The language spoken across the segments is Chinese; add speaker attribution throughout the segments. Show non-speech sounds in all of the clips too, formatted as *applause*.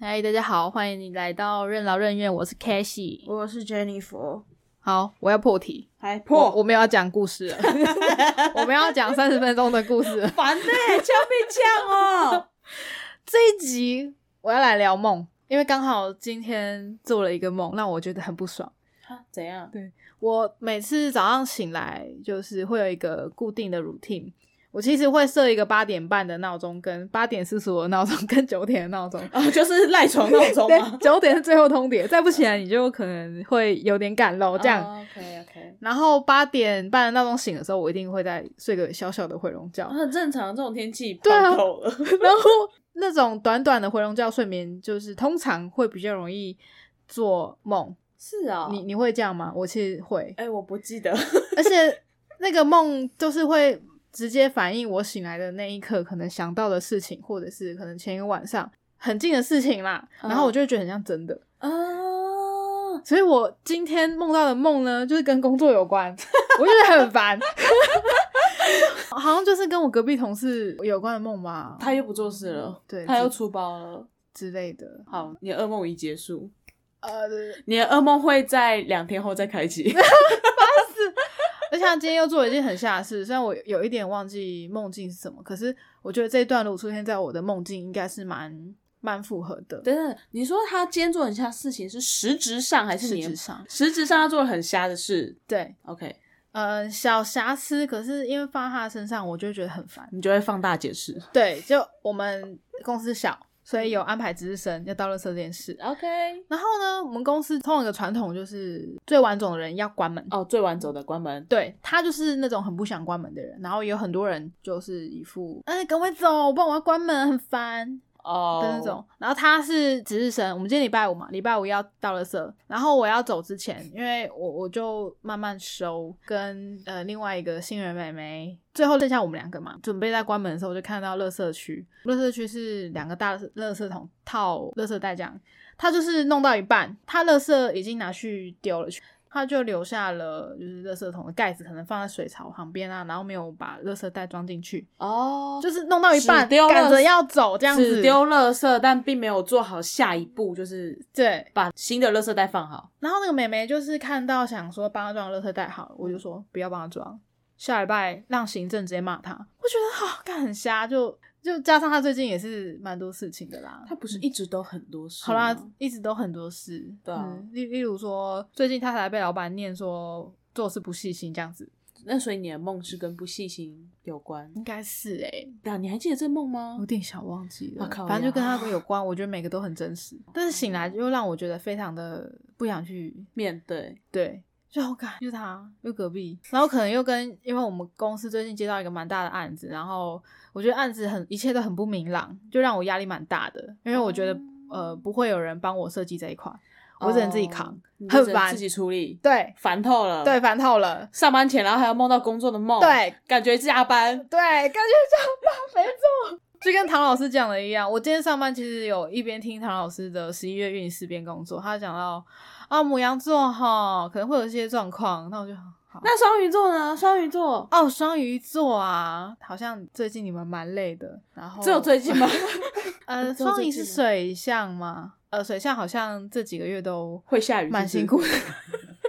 Speaker 1: 嗨，大家好，欢迎你来到任劳任怨，我是 c a s h y
Speaker 2: 我是 Jennifer，
Speaker 1: 好，我要破题，
Speaker 2: 还
Speaker 1: 我我们要讲故事了，我们要讲三十分钟的故事了。
Speaker 2: *laughs* 烦呢、枪毙枪哦！
Speaker 1: 这一集我要来聊梦，因为刚好今天做了一个梦，让我觉得很不爽。
Speaker 2: *laughs* 哈怎样？
Speaker 1: 我每次早上醒来，就是会有一个固定的 routine。我其实会设一个八点半的闹钟，跟八点四十五的闹钟， *laughs* 跟九点的闹钟。
Speaker 2: 哦，就是赖床闹钟
Speaker 1: 对，
Speaker 2: 吗？
Speaker 1: 九点是最后通牒，再不起来你就可能会有点赶
Speaker 2: 哦
Speaker 1: 咯。这样，
Speaker 2: OK OK，
Speaker 1: 然后八点半的闹钟醒的时候，我一定会再睡个小小的回笼觉。
Speaker 2: 哦很正常，这种天气
Speaker 1: 对啊
Speaker 2: 胖透了。
Speaker 1: 然后那种短短的回笼觉睡眠，就是通常会比较容易做梦。
Speaker 2: 是啊、
Speaker 1: 你你会这样吗？我其实会，
Speaker 2: 哎、我不记得。
Speaker 1: 而且那个梦就是会直接反映我醒来的那一刻可能想到的事情，或者是可能前一个晚上很近的事情啦。
Speaker 2: 嗯
Speaker 1: 然后我就会觉得很像真的。
Speaker 2: *laughs* 啊，
Speaker 1: 所以我今天梦到的梦呢，就是跟工作有关， *laughs* 我觉得很烦， *laughs* 好像就是跟我隔壁同事有关的梦吧，嗯
Speaker 2: 他又不做事了，
Speaker 1: 对
Speaker 2: 他又
Speaker 1: 之
Speaker 2: 出包了。
Speaker 1: 之类的。
Speaker 2: 好，你的噩梦已结束，
Speaker 1: 呃，
Speaker 2: 你的噩梦会在两天后再开 *laughs* 启。
Speaker 1: 而且他今天又做了一件很吓的事，虽然我有一点忘记梦境是什么，可是我觉得这一段如果出现在我的梦境，应该是蛮蛮符合的。
Speaker 2: 等等，你说他今天做很瞎的事情是实质上还是
Speaker 1: 实
Speaker 2: 你
Speaker 1: 质上，
Speaker 2: 实质上他做了很瞎的事
Speaker 1: 对，
Speaker 2: ？OK，
Speaker 1: 呃，小瑕疵，可是因为放在他身上，我就会觉得很烦。
Speaker 2: 你就会放大解释。
Speaker 1: 对，就我们公司小，所以有安排值日生要到垃圾这件事。
Speaker 2: OK，
Speaker 1: 然后呢，我们公司通常有个传统就是最晚走的人要关门。
Speaker 2: 哦，最晚走的关门。
Speaker 1: 对他就是那种很不想关门的人，然后也有很多人就是一副哎赶快走，不然我要关门，很烦
Speaker 2: 哦
Speaker 1: 的那种。然后他是值日生，我们今天礼拜五嘛，礼拜五要到了社，然后我要走之前，因为我我就慢慢收，跟呃另外一个新人妹妹，最后剩下我们两个嘛，准备在关门的时候，我就看到垃圾区，垃圾区是两个大垃圾桶套垃圾袋这样，他就是弄到一半，他垃圾已经拿去丢了去。他就留下了，就是垃圾桶的盖子可能放在水槽旁边啊，然后没有把垃圾袋装进去，
Speaker 2: 哦，
Speaker 1: 就是弄到一半
Speaker 2: 只丢垃
Speaker 1: 赶着要走这样子
Speaker 2: 只丢垃圾，但并没有做好下一步，就是
Speaker 1: 对，
Speaker 2: 把新的垃圾袋放好。
Speaker 1: 然后那个妹妹就是看到想说帮她装垃圾袋好了，我就
Speaker 2: 嗯
Speaker 1: 说不要帮她装，下礼拜让行政直接骂她。我觉得好干、很瞎，就就加上她最近也是蛮多事情的啦。
Speaker 2: 他不是一直都很多事
Speaker 1: 好
Speaker 2: 吗
Speaker 1: 啦，一直都很多事，
Speaker 2: 对啊
Speaker 1: 嗯例、例如说最近她才被老板念说做事不细心这样子，
Speaker 2: 那所以你的梦是跟不细心有关。
Speaker 1: 应该是诶、
Speaker 2: 嗯啊，你还记得这梦吗
Speaker 1: 有？点小忘记了，
Speaker 2: 啊靠
Speaker 1: 反正就跟
Speaker 2: 呀
Speaker 1: 她有关，我觉得每个都很真实，但是醒来
Speaker 2: 嗯
Speaker 1: 又让我觉得非常的不想去
Speaker 2: 面对，
Speaker 1: 对，就好感就他又隔壁，然后可能又跟因为我们公司最近接到一个蛮大的案子，然后我觉得案子很一切都很不明朗，就让我压力蛮大的，因为我觉得、呃不会有人帮我设计这一块，我只能自己扛，
Speaker 2: 哦，你就
Speaker 1: 很
Speaker 2: 只能
Speaker 1: 烦
Speaker 2: 自己处理，
Speaker 1: 对
Speaker 2: 烦透了。
Speaker 1: 对，，烦透了，
Speaker 2: 上班前然后还要梦到工作的梦，，
Speaker 1: 对
Speaker 2: 感觉加班。
Speaker 1: 对，感觉就 *laughs* 啊把没错。就跟唐老师讲的一样，我今天上班其实有一边听唐老师的十一月运势边工作，他讲到啊母羊座哈可能会有一些状况，那我就好。
Speaker 2: 那双鱼座呢？双鱼座
Speaker 1: 哦，双鱼座啊，好像最近你们蛮累的。然后
Speaker 2: 只有最近吗？
Speaker 1: *laughs*
Speaker 2: *laughs*
Speaker 1: 呃，
Speaker 2: 只有最
Speaker 1: 双鱼
Speaker 2: 近
Speaker 1: 是
Speaker 2: 吗
Speaker 1: 水象吗？呃，水象好像这几个月都
Speaker 2: 会下雨是不是
Speaker 1: 蛮辛苦，的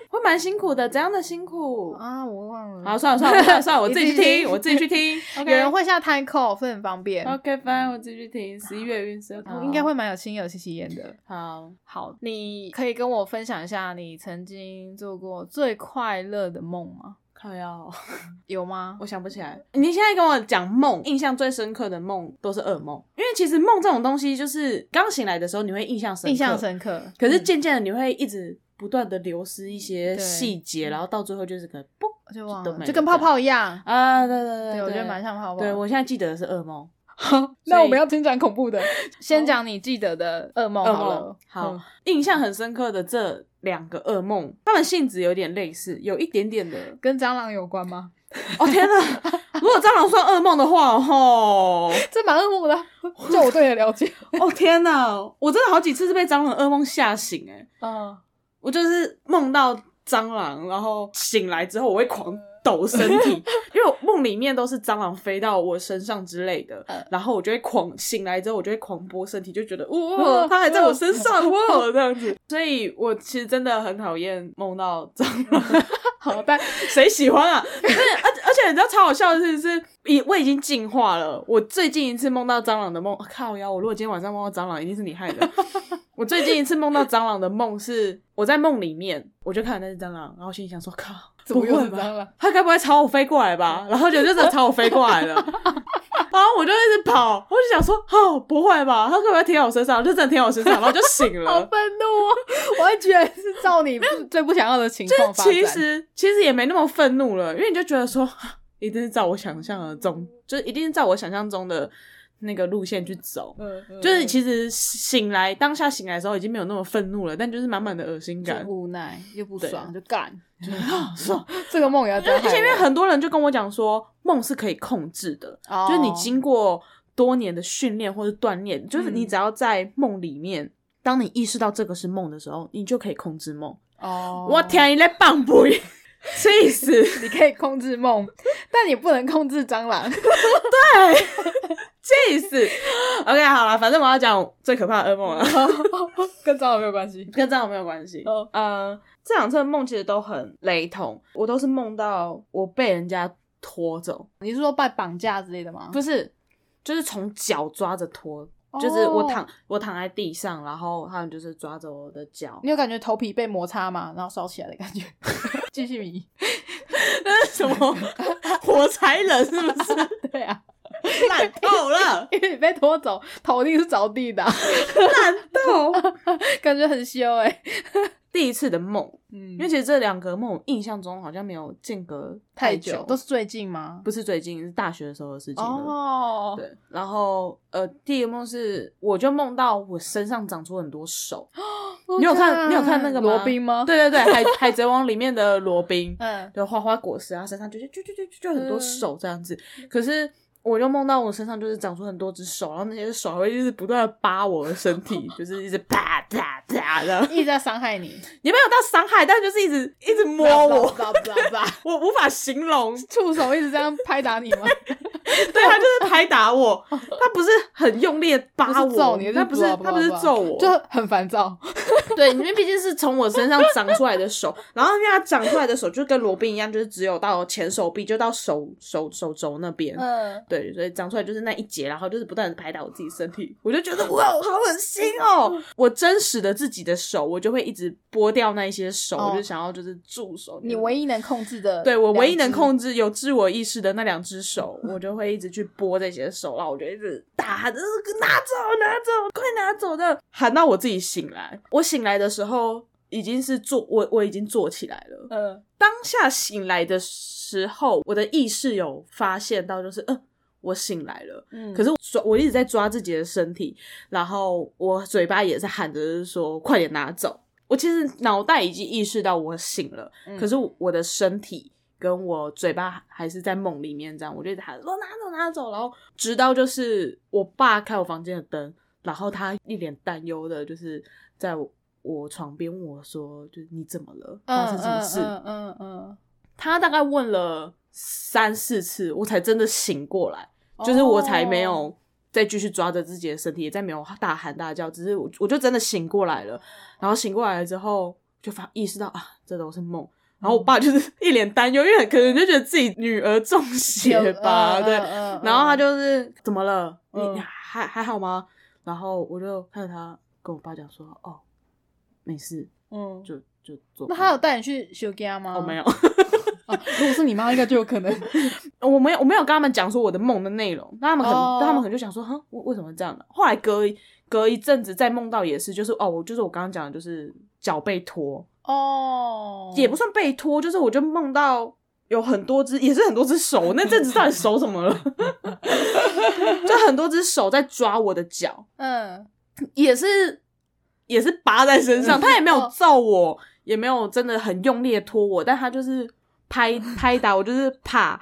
Speaker 2: 会蛮辛苦的。怎样的辛苦？
Speaker 1: *laughs* 啊，我忘了。
Speaker 2: 好，算了算了算了算了，我自己去
Speaker 1: *laughs* 你自己
Speaker 2: 听，我自己去听。
Speaker 1: *laughs* 有
Speaker 2: OK
Speaker 1: 人会下 time call，会很方便，
Speaker 2: *laughs* OK fine，我自己去听。十一月运势
Speaker 1: 应该会蛮有心有戚戚焉的。
Speaker 2: 好。
Speaker 1: 好，你可以跟我分享一下你曾经做过最快乐的梦吗？
Speaker 2: 靠腰， *laughs*
Speaker 1: 有吗？
Speaker 2: 我想不起来。你现在跟我讲梦，印象最深刻的梦都是噩梦，因为其实梦这种东西，就是刚醒来的时候你会印象深刻，
Speaker 1: 印象深刻。
Speaker 2: 可是
Speaker 1: 嗯
Speaker 2: 渐渐的你会一直不断的流失一些
Speaker 1: 对
Speaker 2: 细节，
Speaker 1: 嗯
Speaker 2: 然后到最后就是可能嘣
Speaker 1: 我就忘
Speaker 2: 都
Speaker 1: 了，嗯
Speaker 2: 没
Speaker 1: 就
Speaker 2: 有
Speaker 1: 跟泡
Speaker 2: 这样
Speaker 1: 泡一样。
Speaker 2: 啊，对对
Speaker 1: 对，
Speaker 2: 对，
Speaker 1: 我觉得蛮。像泡泡。
Speaker 2: 对我现在记得的是噩梦，
Speaker 1: 好， *laughs*
Speaker 2: 所以
Speaker 1: 先讲恐怖的， *laughs* 先讲你记得的噩梦
Speaker 2: 噩
Speaker 1: 哦好
Speaker 2: 梦
Speaker 1: 了。
Speaker 2: 好
Speaker 1: 嗯，
Speaker 2: 印象很深刻的这两个噩梦，它们性质有点类似，有一点
Speaker 1: *laughs*
Speaker 2: 点的
Speaker 1: 跟蟑螂有关吗？
Speaker 2: 哦天哪！如果蟑螂算噩梦的话，吼！
Speaker 1: 这蛮噩梦的啊，就我对你的了解。
Speaker 2: 哦天哪！我真的好几次是被蟑螂噩梦吓醒、欸，
Speaker 1: *laughs* 嗯，
Speaker 2: 我就是梦到蟑螂，然后醒来之后我会狂抖身体，因为我梦里面都是蟑螂飞到我身上之类的
Speaker 1: 嗯，
Speaker 2: 然后我就会狂醒来之后我就会狂拨身体，就觉得哇
Speaker 1: 哇，
Speaker 2: 它还在我身上哇这样子，所以我其实真的很讨厌梦到蟑螂。
Speaker 1: 好，但
Speaker 2: 谁喜欢啊？ *laughs* 不是，而而且你知道超好笑的事是，已我已经进化了。我最近一次梦到蟑螂的梦，靠呀！我如果今天晚上梦到蟑螂，一定是你害 *laughs* 的。我最近一次梦到蟑螂的梦是，我在梦里面，我就看到那只蟑螂，然后心里想说，靠，
Speaker 1: 怎么
Speaker 2: 不
Speaker 1: 又
Speaker 2: 会
Speaker 1: 是
Speaker 2: 吧
Speaker 1: 蟑螂？
Speaker 2: 它该不会朝我飞过来吧？然后就真的朝我飞过来 *laughs* 了。然后我就一直跑，我就想说，哦，不会吧？它该不会贴我身上？就真的贴我身上，然后就醒了
Speaker 1: 好。愤怒哦！ *laughs* 我会觉得是照你最不想要的情况发展。
Speaker 2: 其实其实也没那么愤怒了，因为你就觉得说，一定是照我想象的中，就是一定是照我想象中的那个路线去走。
Speaker 1: 嗯，嗯，
Speaker 2: 就是
Speaker 1: 实
Speaker 2: 其实醒来当下醒来的时候已经没有那么愤怒了，但就是满满的恶心感。
Speaker 1: 嗯无奈又不爽，
Speaker 2: 对
Speaker 1: 就干。
Speaker 2: *laughs* 啊爽
Speaker 1: 这个梦也要这样
Speaker 2: 而
Speaker 1: 害我，
Speaker 2: 且因为很多人就跟我讲说，梦是可以控制的，
Speaker 1: 哦
Speaker 2: 就是你经过多年的训练或者锻炼，就是你
Speaker 1: 嗯
Speaker 2: 只要在梦里面，当你意识到这个是梦的时候，你就可以控制梦。
Speaker 1: 哦，
Speaker 2: 我，天，你在棒不？ *laughs* 气死！
Speaker 1: 你可以控制梦，但你不能控制蟑 *laughs* 螂。
Speaker 2: *laughs* 气死！OK，好了，反正我要讲最可怕的噩梦了，
Speaker 1: 跟蟑螂没有关系。
Speaker 2: 跟这样没有关系。
Speaker 1: 哦
Speaker 2: 呃，这两次的梦其实都很雷同，我都是梦到我被人家拖走，
Speaker 1: 你是说被绑架之类的吗？
Speaker 2: 不是，就是从脚抓着拖，就是
Speaker 1: 哦
Speaker 2: 我躺我躺在地上，然后他们就是抓着我的脚
Speaker 1: *laughs*
Speaker 2: *laughs*
Speaker 1: 你，有感觉头皮被摩擦吗？然后烧起来的感觉。 *laughs* 继续迷。
Speaker 2: 那是什么火柴人是不是？
Speaker 1: 对啊，
Speaker 2: 烂透了，
Speaker 1: 因为你被拖走，头一定是着地的啊、 *laughs*
Speaker 2: 烂透！
Speaker 1: 感觉很羞哎、
Speaker 2: 第一次的梦，
Speaker 1: 嗯，
Speaker 2: 因为其实这两个梦我印象中好像没有间隔
Speaker 1: 太
Speaker 2: 久，
Speaker 1: 久都是最近吗？
Speaker 2: 不是最近，是大学的时候的事情了。
Speaker 1: 哦，
Speaker 2: 对，然后呃，第一个梦是，我就梦到我身上长出很多手。
Speaker 1: 我
Speaker 2: 你有看你有看那个吗
Speaker 1: 罗宾吗？，
Speaker 2: 对对对，海海贼王里面的罗宾，
Speaker 1: 嗯，
Speaker 2: 就花花果实啊，身上就是就就就就就很多
Speaker 1: 嗯
Speaker 2: 手这样子。可是我就梦到我身上就是长出很多只手，然后那些手还会一直不断的扒我的身体，就是一直啪啪啪的，
Speaker 1: 一直在伤害 *laughs* 你，
Speaker 2: 也没有到伤害，但就是一直一直摸我，
Speaker 1: blah blah blah blah blah，
Speaker 2: 我无法形容。
Speaker 1: 触手一直这样拍打你 *laughs* 吗？
Speaker 2: 对他就是拍
Speaker 1: *laughs*
Speaker 2: 打我，他不是很用力的扒
Speaker 1: 不是揍
Speaker 2: 我
Speaker 1: 你，
Speaker 2: 他不是
Speaker 1: 就是
Speaker 2: 他不是
Speaker 1: blah blah blah
Speaker 2: 揍我，
Speaker 1: 就很烦躁。
Speaker 2: *laughs* 对，因为毕竟是从我身上长出来的手，然后因为它长出来的手就跟罗宾一样，就是只有到前手臂，就到手手手肘那边。
Speaker 1: 嗯， *laughs*
Speaker 2: 对，所以长出来就是那一节，然后就是不断的拍打我自己身体，我就觉得哇，好恶心哦！我真实的自己的手，我就会一直剥掉那一些手，
Speaker 1: 哦
Speaker 2: 我就想要就是住手。
Speaker 1: 你唯一能控制的，
Speaker 2: 对我唯一能，控制有自我意识的那两只手，我就会一直去拨这些手，然后我就一直大喊着拿走拿走，快拿走的，喊到我自己醒来。我醒来的时候已经是坐，我我已经坐起来了。
Speaker 1: 嗯，
Speaker 2: 当下醒来的时候，我的意识有发现到，就是嗯、呃我醒来了。
Speaker 1: 嗯
Speaker 2: 可是我抓，我一直在抓自己的身体，然后我嘴巴也是喊着就是说快点拿走。我其实脑袋已经意识到我醒了，
Speaker 1: 嗯
Speaker 2: 可是我的身体跟我嘴巴还是在梦里面这样，我就一直喊说拿走拿走，然后直到就是我爸开我房间的灯，然后他一脸担忧的，就是在我我床边问我说，就是你怎么了，发生什么事？
Speaker 1: 嗯嗯嗯 *laughs* 嗯
Speaker 2: 他大概问了三四次，我才真的醒过来。
Speaker 1: 嗯，
Speaker 2: 就是我才没
Speaker 1: 哦
Speaker 2: 有再继续抓着自己的身体，也再没有大喊大叫，只是我我就真的醒过来了。然后醒过来了之后，就发意识到啊，这都是梦。然后我
Speaker 1: 嗯
Speaker 2: 爸就是一脸担忧，因为可能就觉得自己女儿中邪吧，
Speaker 1: 嗯嗯
Speaker 2: 对。
Speaker 1: 嗯嗯
Speaker 2: 然后他就是怎么了？你
Speaker 1: 嗯
Speaker 2: 你还还好吗？然后我就看着他跟我爸讲说，哦，没事，
Speaker 1: 嗯，
Speaker 2: 就就做吧。
Speaker 1: 那他有带你去休假吗？
Speaker 2: 我没有，
Speaker 1: 哦。如果是你妈，应该就有可能。
Speaker 2: 我没有，我没有跟他们讲说我的梦的内容，那他们可能
Speaker 1: 哦
Speaker 2: 他们可能就想说，哼，我为什么这样呢？后来隔一隔一阵子再梦到也是，就是哦，我就是我刚刚讲的，就是脚被拖，
Speaker 1: 哦，
Speaker 2: 也不算被拖，就是我就梦到有很多只，也是很多只手，那阵子到底手怎么了？ *laughs* 就很多只手在抓我的脚，
Speaker 1: 嗯，
Speaker 2: 也是也是拔在身上，
Speaker 1: 嗯
Speaker 2: 他也没有
Speaker 1: 哦
Speaker 2: 揍我，也没有真的很用力的拖我，但他就是拍 *laughs* 拍打我，就是啪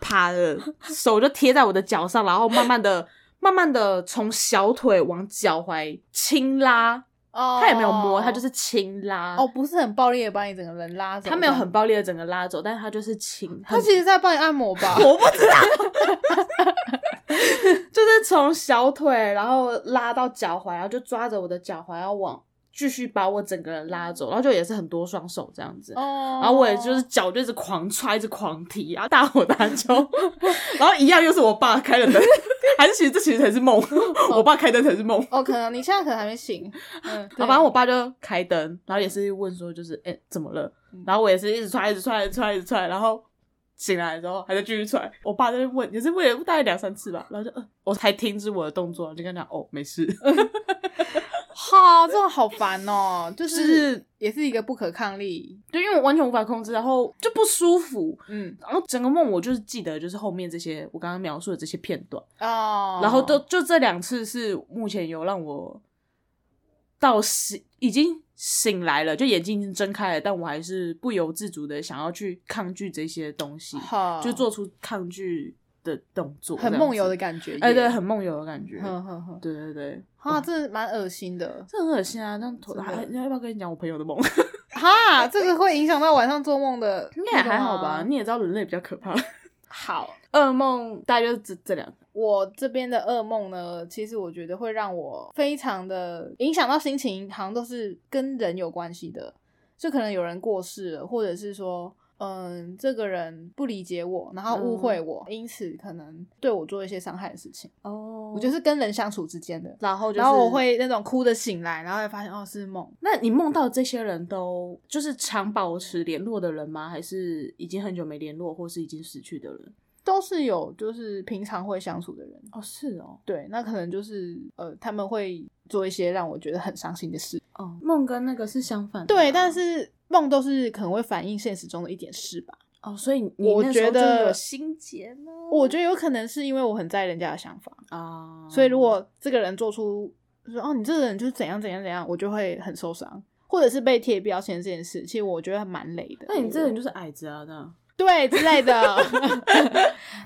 Speaker 2: 啪的手就贴在我的脚 *laughs* 上，然后慢慢的、慢慢的从小腿往脚踝轻拉，
Speaker 1: 哦，
Speaker 2: 他也没有摸，他就是轻拉。
Speaker 1: 哦，不是很暴力的把你整个人拉走，
Speaker 2: 他没有很，暴力的整个拉走，但是他就是轻。。
Speaker 1: 他其实在帮你按摩吧
Speaker 2: *laughs* 我不知道，就是从小腿，然后拉到脚踝，然后就抓着我的脚踝，要往继续把我整个人拉走，然后就也是很多双手这样子。
Speaker 1: 哦，
Speaker 2: 然后我也就是脚就一直狂踹，一直狂踢，然后 *laughs* 大吼大叫，然后一样又是我爸开的灯，还是其实这其实才是梦，我爸开灯才是梦。
Speaker 1: 哦，可能你现在可能还没醒，
Speaker 2: *laughs*
Speaker 1: 嗯，
Speaker 2: 然后反正我爸就开灯，然后也是问说就是哎、怎么了
Speaker 1: 嗯？
Speaker 2: 然后我也是一直踹，一直踹，一直踹，一直踹，然后醒来的时候还在继续踹。我爸在问，也是问了大概两三次吧，然后就呃我才停止我的动作，就跟他讲哦没事。
Speaker 1: 好，这种好烦哦，就
Speaker 2: 就是 *laughs*
Speaker 1: 是也是一个不可抗力，
Speaker 2: 对，因为我完全无法控制，然后就不舒服。
Speaker 1: 嗯，
Speaker 2: 然后整个梦我就是记得就是后面这些我刚刚描述的这些片段，
Speaker 1: 哦，
Speaker 2: 然后就就这两次是目前有让我到醒已经醒来了，就眼睛已经睁开了，但我还是不由自主的想要去抗拒这些东西，
Speaker 1: 好，
Speaker 2: 就做出抗拒的动作，
Speaker 1: 很
Speaker 2: 这样
Speaker 1: 梦游
Speaker 2: 子
Speaker 1: 的，感觉耶，嗯
Speaker 2: 哎、对，很梦游的感觉，
Speaker 1: 哼哼哼，
Speaker 2: 对对对，
Speaker 1: 啊，这蛮恶心的，
Speaker 2: 这很恶心啊！那头
Speaker 1: 真的
Speaker 2: 还要不要跟你讲我朋友
Speaker 1: *laughs*
Speaker 2: 的梦？
Speaker 1: 哈，这个会影响到晚上做梦的，
Speaker 2: 应该也还好吧，
Speaker 1: 那个吗
Speaker 2: 你也知道人类比较可
Speaker 1: *laughs*
Speaker 2: 怕，
Speaker 1: 好，
Speaker 2: 噩梦大概就是这这两个，
Speaker 1: 我这边的噩梦呢，其实我觉得会让我非常的影响到心情，好像都是跟人有关系的，就可能有人过世了，或者是说，嗯，这个人不理解我，然后误
Speaker 2: 嗯
Speaker 1: 会我，因此可能对我做一些伤害的事情。
Speaker 2: 哦
Speaker 1: 我觉得，是跟人相处之间的，
Speaker 2: 然后就是、
Speaker 1: 然后我会那种哭的醒来，然后才发现哦是梦。
Speaker 2: 那你梦到这些人都就是常保持联络的人吗？还是已经很久没联络，或是已经死去的人？
Speaker 1: 都是有，就是平常会相处的人，
Speaker 2: 哦，是哦，
Speaker 1: 对，那可能就是呃，他们会做一些让我觉得很伤心的事，
Speaker 2: 哦，梦跟那个是相反的啊、
Speaker 1: 对，但是梦都是可能会反映现实中的一点事吧。
Speaker 2: 哦，所以你
Speaker 1: 我
Speaker 2: 那时候
Speaker 1: 觉得
Speaker 2: 就有心结呢。
Speaker 1: 我觉得有可能是因为我很在意人家的想法，
Speaker 2: 得啊，
Speaker 1: 所以如果这个人做出说哦你这个人就是怎样怎样怎样，我就会很受伤，或者是被贴标签这件事，其实我觉得蛮累的。
Speaker 2: 那你这个人就是矮子啊，那
Speaker 1: 对之类的， *laughs*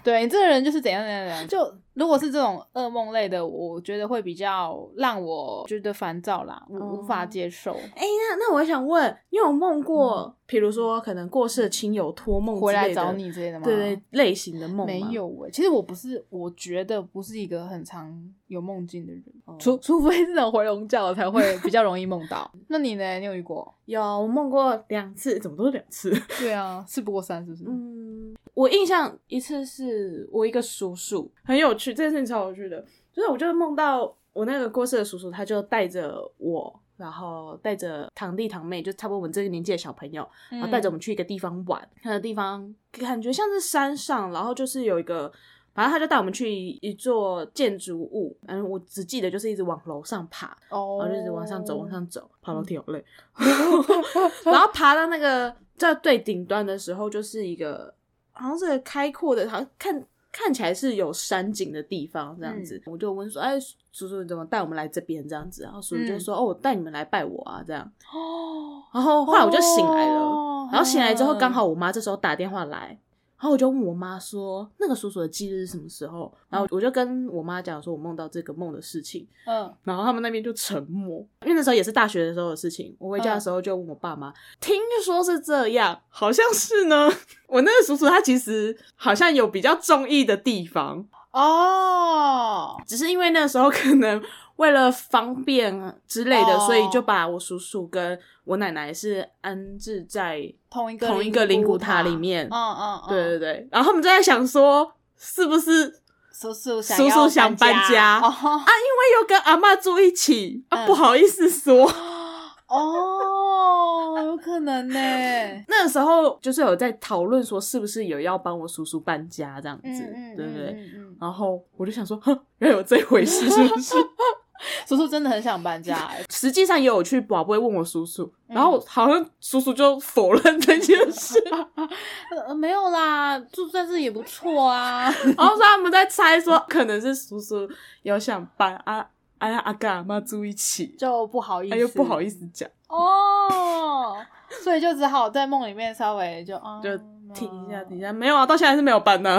Speaker 1: 对你这个人就是怎样怎样怎样。就如果是这种噩梦类的，我觉得会比较让我觉得烦躁啦，我无法
Speaker 2: 哦
Speaker 1: 接受。
Speaker 2: 哎、那那我也想问，你有梦过，比、如说可能过世的亲友托梦
Speaker 1: 回
Speaker 2: 之
Speaker 1: 来
Speaker 2: 类的
Speaker 1: 找你之类的吗？
Speaker 2: 对对类型的梦吗
Speaker 1: 没有诶、其实我不是，我觉得不是一个很常有梦境的人，
Speaker 2: 哦
Speaker 1: 除除非是那种回笼觉才会比较容易梦
Speaker 2: *laughs*
Speaker 1: 到。那你呢？你有遇过？
Speaker 2: 有我梦过两次，怎么都是两次？
Speaker 1: 对啊，事不过三，是不是？
Speaker 2: 嗯，我印象一次是我一个叔叔，很有趣，这件事情超有趣的，就是我就梦到我那个过世的叔叔，他就带着我，然后带着堂弟堂妹，就差不多我们这个年纪的小朋友，
Speaker 1: 嗯
Speaker 2: 然嗯啊后带着我们去一个地方玩，那个地方感觉像是山上，然后就是有一个。反正他就带我们去一座建筑物，嗯，我只记得就是一直往楼上爬，
Speaker 1: 哦，
Speaker 2: 然后就一直往上走，往上走，爬楼梯好累。然后爬到那个在最顶端的时候，就是一个好像是个开阔的，好像看看起来是有山景的地方这样子。我就问说：“哎，叔叔，你怎么带我们来这边这样子？”然后叔叔就说：“哦，我带你们来拜我啊，这样。
Speaker 1: 哦，”
Speaker 2: 然后后来我就醒来了，
Speaker 1: 哦
Speaker 2: 然后醒来之后刚好我妈这时候打电话来。然后我就问我妈说，那个叔叔的忌日是什么时候？然后我就跟我妈讲说，我梦到这个梦的事情。
Speaker 1: 嗯，
Speaker 2: 然后他们那边就沉默，因为那时候也是大学的时候的事情。我回
Speaker 1: 嗯
Speaker 2: 家的时候就问我爸妈，听说是这样，好像是呢。 *laughs* 我那个叔叔他其实好像有比较中意的地方，
Speaker 1: 哦，
Speaker 2: 只是因为那时候可能为了方便之类的，
Speaker 1: 哦
Speaker 2: 所以就把我叔叔跟我奶奶是安置在
Speaker 1: 同一个
Speaker 2: 同一个灵骨
Speaker 1: 塔
Speaker 2: 塔里，面。
Speaker 1: 嗯嗯，嗯
Speaker 2: 对对，对，然后他们就在想说，是不是
Speaker 1: 叔叔
Speaker 2: 叔叔
Speaker 1: 要
Speaker 2: 想搬
Speaker 1: 家
Speaker 2: 家
Speaker 1: 哦
Speaker 2: 啊，因为有跟阿嬷住一起啊，
Speaker 1: 嗯
Speaker 2: 不好意思说。
Speaker 1: *laughs* 哦，有可能呢，
Speaker 2: 那时候就是有在讨论说，是不是有要帮我叔叔搬家这样子，
Speaker 1: 嗯嗯，
Speaker 2: 对不对？
Speaker 1: 嗯？
Speaker 2: *laughs*
Speaker 1: 嗯嗯
Speaker 2: 然后我就想说，哼，原来有这回事，是不是？
Speaker 1: 叔叔真的很想搬家欸，
Speaker 2: 实际上也有去宝贝问我叔叔，
Speaker 1: 嗯
Speaker 2: 然后好像叔叔就否认这件事，
Speaker 1: *laughs*
Speaker 2: *laughs*
Speaker 1: 呃，没有啦，住在这也不错
Speaker 2: *laughs*
Speaker 1: 啊。
Speaker 2: 然后说他们在猜说，可能是叔叔有想搬阿阿阿跟阿妈住一起，
Speaker 1: 就不好意思，
Speaker 2: 哎又不好意思讲，
Speaker 1: 哦，所以就只好在梦里面稍微就啊，
Speaker 2: 就停一下，停一下，没有啊，到现在还是没有搬呢。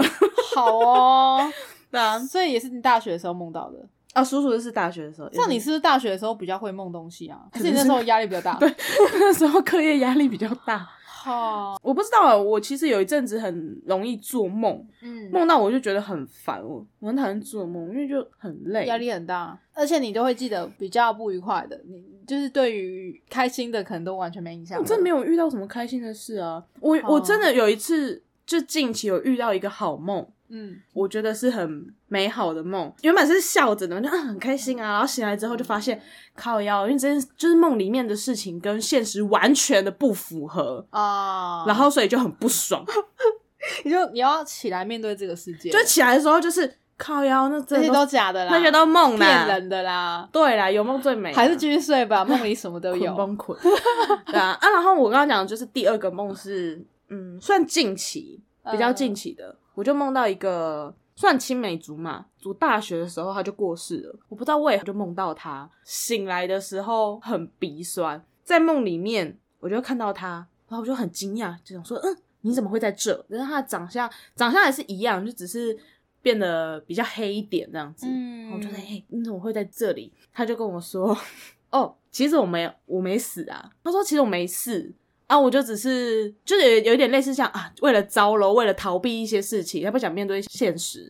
Speaker 1: 好哦。
Speaker 2: *laughs* 对啊，
Speaker 1: 所以也是你大学的时候梦到的，
Speaker 2: 啊，叔叔是大学的时候，
Speaker 1: 像你是不是大学的时候比较会梦东西啊？还是你那时候压力比较大？
Speaker 2: *laughs* 对，那时候课业压力比较大。
Speaker 1: 好，
Speaker 2: 我不知道啊，我其实有一阵子很容易做梦，
Speaker 1: 嗯，
Speaker 2: 梦到我就觉得很烦，我我很讨厌做梦，因为就很累。
Speaker 1: 压力很大，而且你都会记得比较不愉快的，你就是对于开心的可能都完全没印象
Speaker 2: 我
Speaker 1: 了。
Speaker 2: 哦真没有遇到什么开心的事啊，我、我
Speaker 1: 哦
Speaker 2: 真的有一次就近期有遇到一个好梦，
Speaker 1: 嗯，
Speaker 2: 我觉得是很美好的梦。原本是笑着的，就啊很开心啊，然后醒来之后就发现靠腰，因为这件就是梦里面的事情跟现实完全的不符合，
Speaker 1: 啊，
Speaker 2: 然后所以就很
Speaker 1: *laughs*
Speaker 2: 不爽，
Speaker 1: 你就你要起来面对这个世界，
Speaker 2: 就起来的时候就是靠腰，那
Speaker 1: 这
Speaker 2: 真
Speaker 1: 些
Speaker 2: 的
Speaker 1: 都
Speaker 2: 都
Speaker 1: 假的啦，
Speaker 2: 那些都梦
Speaker 1: 骗
Speaker 2: 啦，
Speaker 1: 人的啦，
Speaker 2: 对啦，有梦最美啊，
Speaker 1: 还是继续睡吧，梦里什么
Speaker 2: *laughs*
Speaker 1: 都
Speaker 2: 捆
Speaker 1: 有。
Speaker 2: 崩捆，对啊啊！然后我刚刚讲的就是第二个梦是，嗯，算近期，比
Speaker 1: 嗯
Speaker 2: 较近期的，我就梦到一个算青梅竹马，读大学的时候他就过世了，我不知道为何就梦到他，醒来的时候很鼻酸，在梦里面我就看到他，然后我就很惊讶，就想说，嗯，你怎么会在这？但是他的长相，长相还是一样，就只是变得比较黑一点这样子，然
Speaker 1: 嗯，
Speaker 2: 后我就说：“哎、你怎么会在这里？”他就跟我说：“哦，其实我没有，我没死啊。”他说：“其实我没事啊，我就只是就是有有一点类似像啊，为了招楼，为了逃避一些事情，他不想面对现实，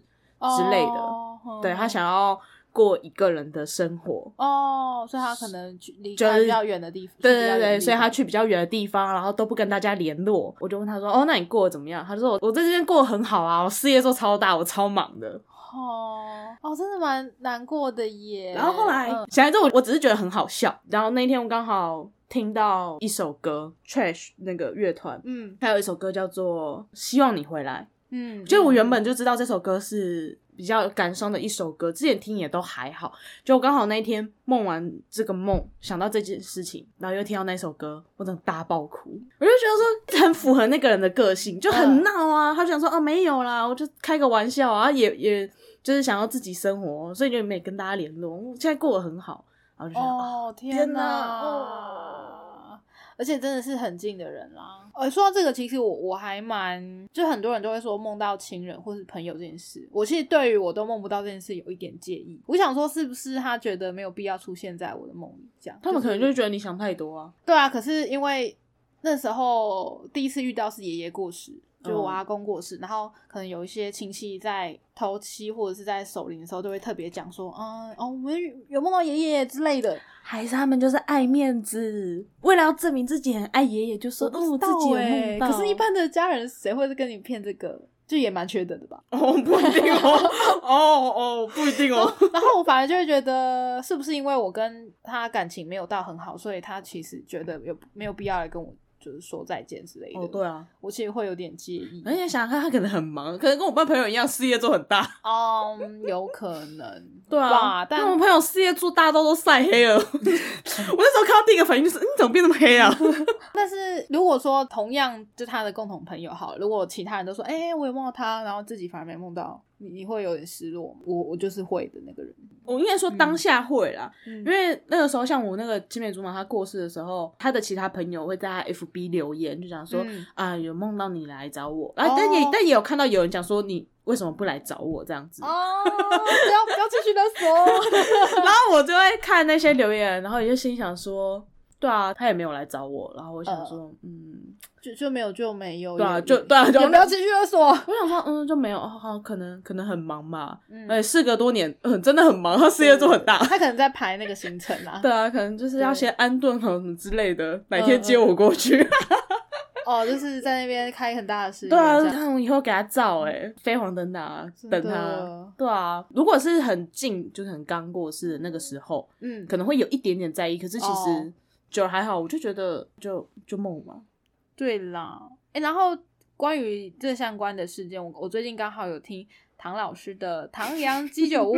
Speaker 2: 之类的
Speaker 1: 哦
Speaker 2: 对他想要过一个人的生活。”
Speaker 1: 哦，所以他可能去离
Speaker 2: 就是
Speaker 1: 开比较远的地方，
Speaker 2: 对
Speaker 1: 去比
Speaker 2: 对
Speaker 1: 较远的
Speaker 2: 对，
Speaker 1: 地
Speaker 2: 所以他
Speaker 1: 方
Speaker 2: 去比较远的地方，然后都不跟大家联络。我就问他说：“哦，那你过得怎么样？”他就说：“我我在这边过得很好啊，我事业做超大，我超忙的。”
Speaker 1: 哦哦，真的蛮难过的耶。
Speaker 2: 然后后来
Speaker 1: 嗯
Speaker 2: 想来之后，我我只是觉得很好笑。然后那一天我刚好听到一首歌，Trash 那个乐团，
Speaker 1: 嗯
Speaker 2: 还有一首歌叫做《希望你回来》。
Speaker 1: 嗯，
Speaker 2: 就我原
Speaker 1: 嗯
Speaker 2: 本就知道这首歌是比较感伤的一首歌，之前听也都还好。就我刚好那一天梦完这个梦，想到这件事情，然后又听到那首歌，我真的大爆哭。我就觉得说很符合那个人的个性，就很
Speaker 1: 嗯
Speaker 2: 闹啊。他就想说哦没有啦，我就开个玩笑啊，也也就是想要自己生活，所以就没跟大家联络。我现在过得很好，然后就想、啊
Speaker 1: 哦
Speaker 2: 天
Speaker 1: 天
Speaker 2: 哪
Speaker 1: 哪！
Speaker 2: 哦
Speaker 1: 而且真的是很近的人啦。呃，说到这个，其实我我还蛮，就很多人都会说梦到亲人或是朋友这件事，我其实对于我都梦不到这件事有一点介意。我想说，是不是他觉得没有必要出现在我的梦里？这样，
Speaker 2: 他们可能
Speaker 1: 就
Speaker 2: 就
Speaker 1: 是
Speaker 2: 觉得你想太多啊。
Speaker 1: 对啊。可是因为那时候第一次遇到是爷爷过世，就我
Speaker 2: 嗯
Speaker 1: 阿公过世，然后可能有一些亲戚在头七或者是在守灵的时候，都会特别讲说，嗯，哦，我们有有梦到爷爷之类的。
Speaker 2: 还是他们就是爱面子，为了要证明自己很爱爷爷，就说
Speaker 1: 我
Speaker 2: 嗯，
Speaker 1: 不
Speaker 2: 我
Speaker 1: 知
Speaker 2: 自
Speaker 1: 道
Speaker 2: 己有
Speaker 1: 欸
Speaker 2: 梦到。
Speaker 1: 可是，一般的家人谁会跟你骗这个？就也蛮缺德的吧。
Speaker 2: *laughs* 哦，不一定哦，哦哦，不一定哦。
Speaker 1: *laughs* 然后我反而就会觉得，是不是因为我跟他感情没有到很好，所以他其实觉得有没有必要来跟我就是说再见之类的？
Speaker 2: *laughs* 哦，对啊，
Speaker 1: 我其实会有点介意。
Speaker 2: 而且想想看，他可能很忙，可能跟我们朋友一样，事业做很大。
Speaker 1: 嗯，有可 *laughs* 能。
Speaker 2: 对啊，
Speaker 1: 哇但
Speaker 2: 我们朋友事业做大到都晒黑了。我 *laughs* 那时候看到第一个反应就是，你嗯怎么变那么黑啊？ *laughs*
Speaker 1: 但是如果说同样就他的共同朋友好了，如果其他人都说，哎、我有梦到他，然后自己反而没梦到，你你会有点失落吗。我我就是会的那个人。
Speaker 2: 我应该说当下会啦，
Speaker 1: 嗯
Speaker 2: 因为那个时候像我那个青梅竹马，他过世的时候，他的其他朋友会在他 FB 留言，就想说、
Speaker 1: 嗯
Speaker 2: 啊，有梦到你来找我，啊，
Speaker 1: 哦
Speaker 2: 但也但也有看到有人讲说你为什么不来找我这样子，
Speaker 1: 哦，不要不要继续勒索。
Speaker 2: *laughs* 然后我就会看那些留言，然后也就心想说，对啊，他也没有来找我，然后我想说，嗯，
Speaker 1: *laughs* 就就没有就没呃有，
Speaker 2: 对啊，
Speaker 1: 也
Speaker 2: 就对啊，就
Speaker 1: 也不要继续勒索。
Speaker 2: *laughs* 我想说，嗯，就没有，好、哦，可能可能很忙吧，
Speaker 1: 嗯
Speaker 2: 哎、事隔多年，嗯，真的很忙，他事业做很大。
Speaker 1: *laughs* 他可能在排那个行程啊。
Speaker 2: 对啊，可能就是要
Speaker 1: 对
Speaker 2: 先安顿好什么之类的，哪
Speaker 1: 嗯
Speaker 2: 天接我过去。
Speaker 1: 哦，就是在那边开很大的事业，
Speaker 2: *laughs* 对啊，
Speaker 1: 这样
Speaker 2: 看我以后给他照哎、飞黄腾达啊，
Speaker 1: 真的
Speaker 2: 等他。对啊，如果是很近，就是很刚过世的那个时候，
Speaker 1: 嗯，
Speaker 2: 可能会有一点点在意，可是其实
Speaker 1: 哦
Speaker 2: 就还好，我就觉得就就梦嘛。
Speaker 1: 对啦。哎，然后关于这相关的事件，我我最近刚好有听唐老师的《唐阳鸡酒屋》，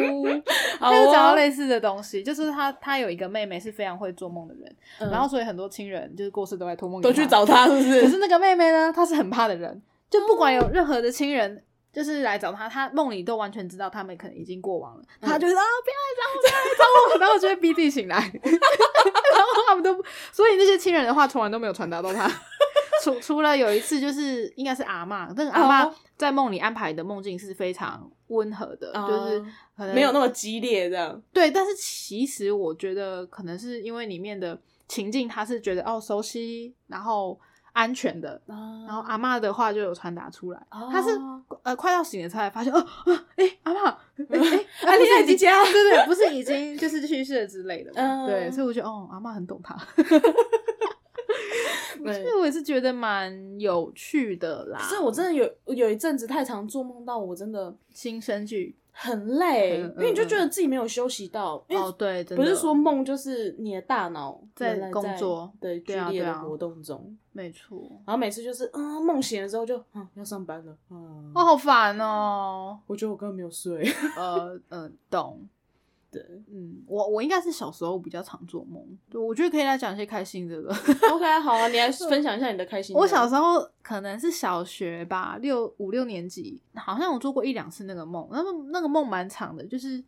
Speaker 2: *laughs* 好
Speaker 1: 他有讲到
Speaker 2: 哦
Speaker 1: 类似的东西，就是他他有一个妹妹是非常会做梦的人，
Speaker 2: 嗯
Speaker 1: 然后所以很多亲人就是过世都在托梦给
Speaker 2: 都
Speaker 1: 她，
Speaker 2: 去找他，是不
Speaker 1: 可
Speaker 2: 是？
Speaker 1: 是那个妹妹呢，她是很怕的人，就不管有任何的亲人。就是来找她，她梦里都完全知道他们可能已经过往了，她
Speaker 2: 嗯
Speaker 1: 就会说啊不要来找我，不要来找 *laughs* 我，然后就会逼自己醒来，然后他们都不，所以那些亲人的话从来都没有传达到她， *laughs* 除除了有一次，就是应该是阿嬷，但是阿嬷
Speaker 2: 哦
Speaker 1: 在梦里安排的梦境是非常温和的，就是
Speaker 2: 嗯
Speaker 1: 可能
Speaker 2: 没有那么激烈这样。
Speaker 1: 对，但是其实我觉得可能是因为里面的情境，他是觉得哦熟悉，然后安全的，然
Speaker 2: 然
Speaker 1: 后阿嬷的话就有传达出来，
Speaker 2: 哦
Speaker 1: 她是呃快要醒了才发现，哦啊，哎、阿
Speaker 2: *laughs*
Speaker 1: 嬷，哎、哎，
Speaker 2: 啊
Speaker 1: 不
Speaker 2: 你
Speaker 1: 是
Speaker 2: 已经这样
Speaker 1: 对对对，不是已经就是去世了之类的嘛，
Speaker 2: 嗯
Speaker 1: 对，所以我觉得哦，阿嬷很懂她，
Speaker 2: 对
Speaker 1: *laughs* 所以我也是觉得蛮有趣的啦。
Speaker 2: 可是我真的有有一阵子太常做梦到我真的
Speaker 1: 新生剧
Speaker 2: 很累，
Speaker 1: 嗯嗯
Speaker 2: 因为你就觉得自己没有休息到，因为
Speaker 1: 哦，对，真的
Speaker 2: 不是说梦就是你的大脑
Speaker 1: 在
Speaker 2: 原来
Speaker 1: 工作
Speaker 2: 对剧
Speaker 1: 对啊
Speaker 2: 烈
Speaker 1: 对
Speaker 2: 的
Speaker 1: 啊
Speaker 2: 活动中，
Speaker 1: 没错，
Speaker 2: 然后每次就是啊梦醒了之后就嗯要上班了，嗯
Speaker 1: 哦，好烦哦，
Speaker 2: 我觉得我根本没有睡，
Speaker 1: 呃呃，懂。
Speaker 2: 对
Speaker 1: 嗯，我我应该是小时候比较常做梦，对我觉得可以来讲一些开心的了。
Speaker 2: ，OK 好啊，你 *laughs* 来分享一下你的开心的。
Speaker 1: 我小时候可能是小学吧，六五六年级，好像我做过一两次那个梦，那么那个梦蛮长的，就是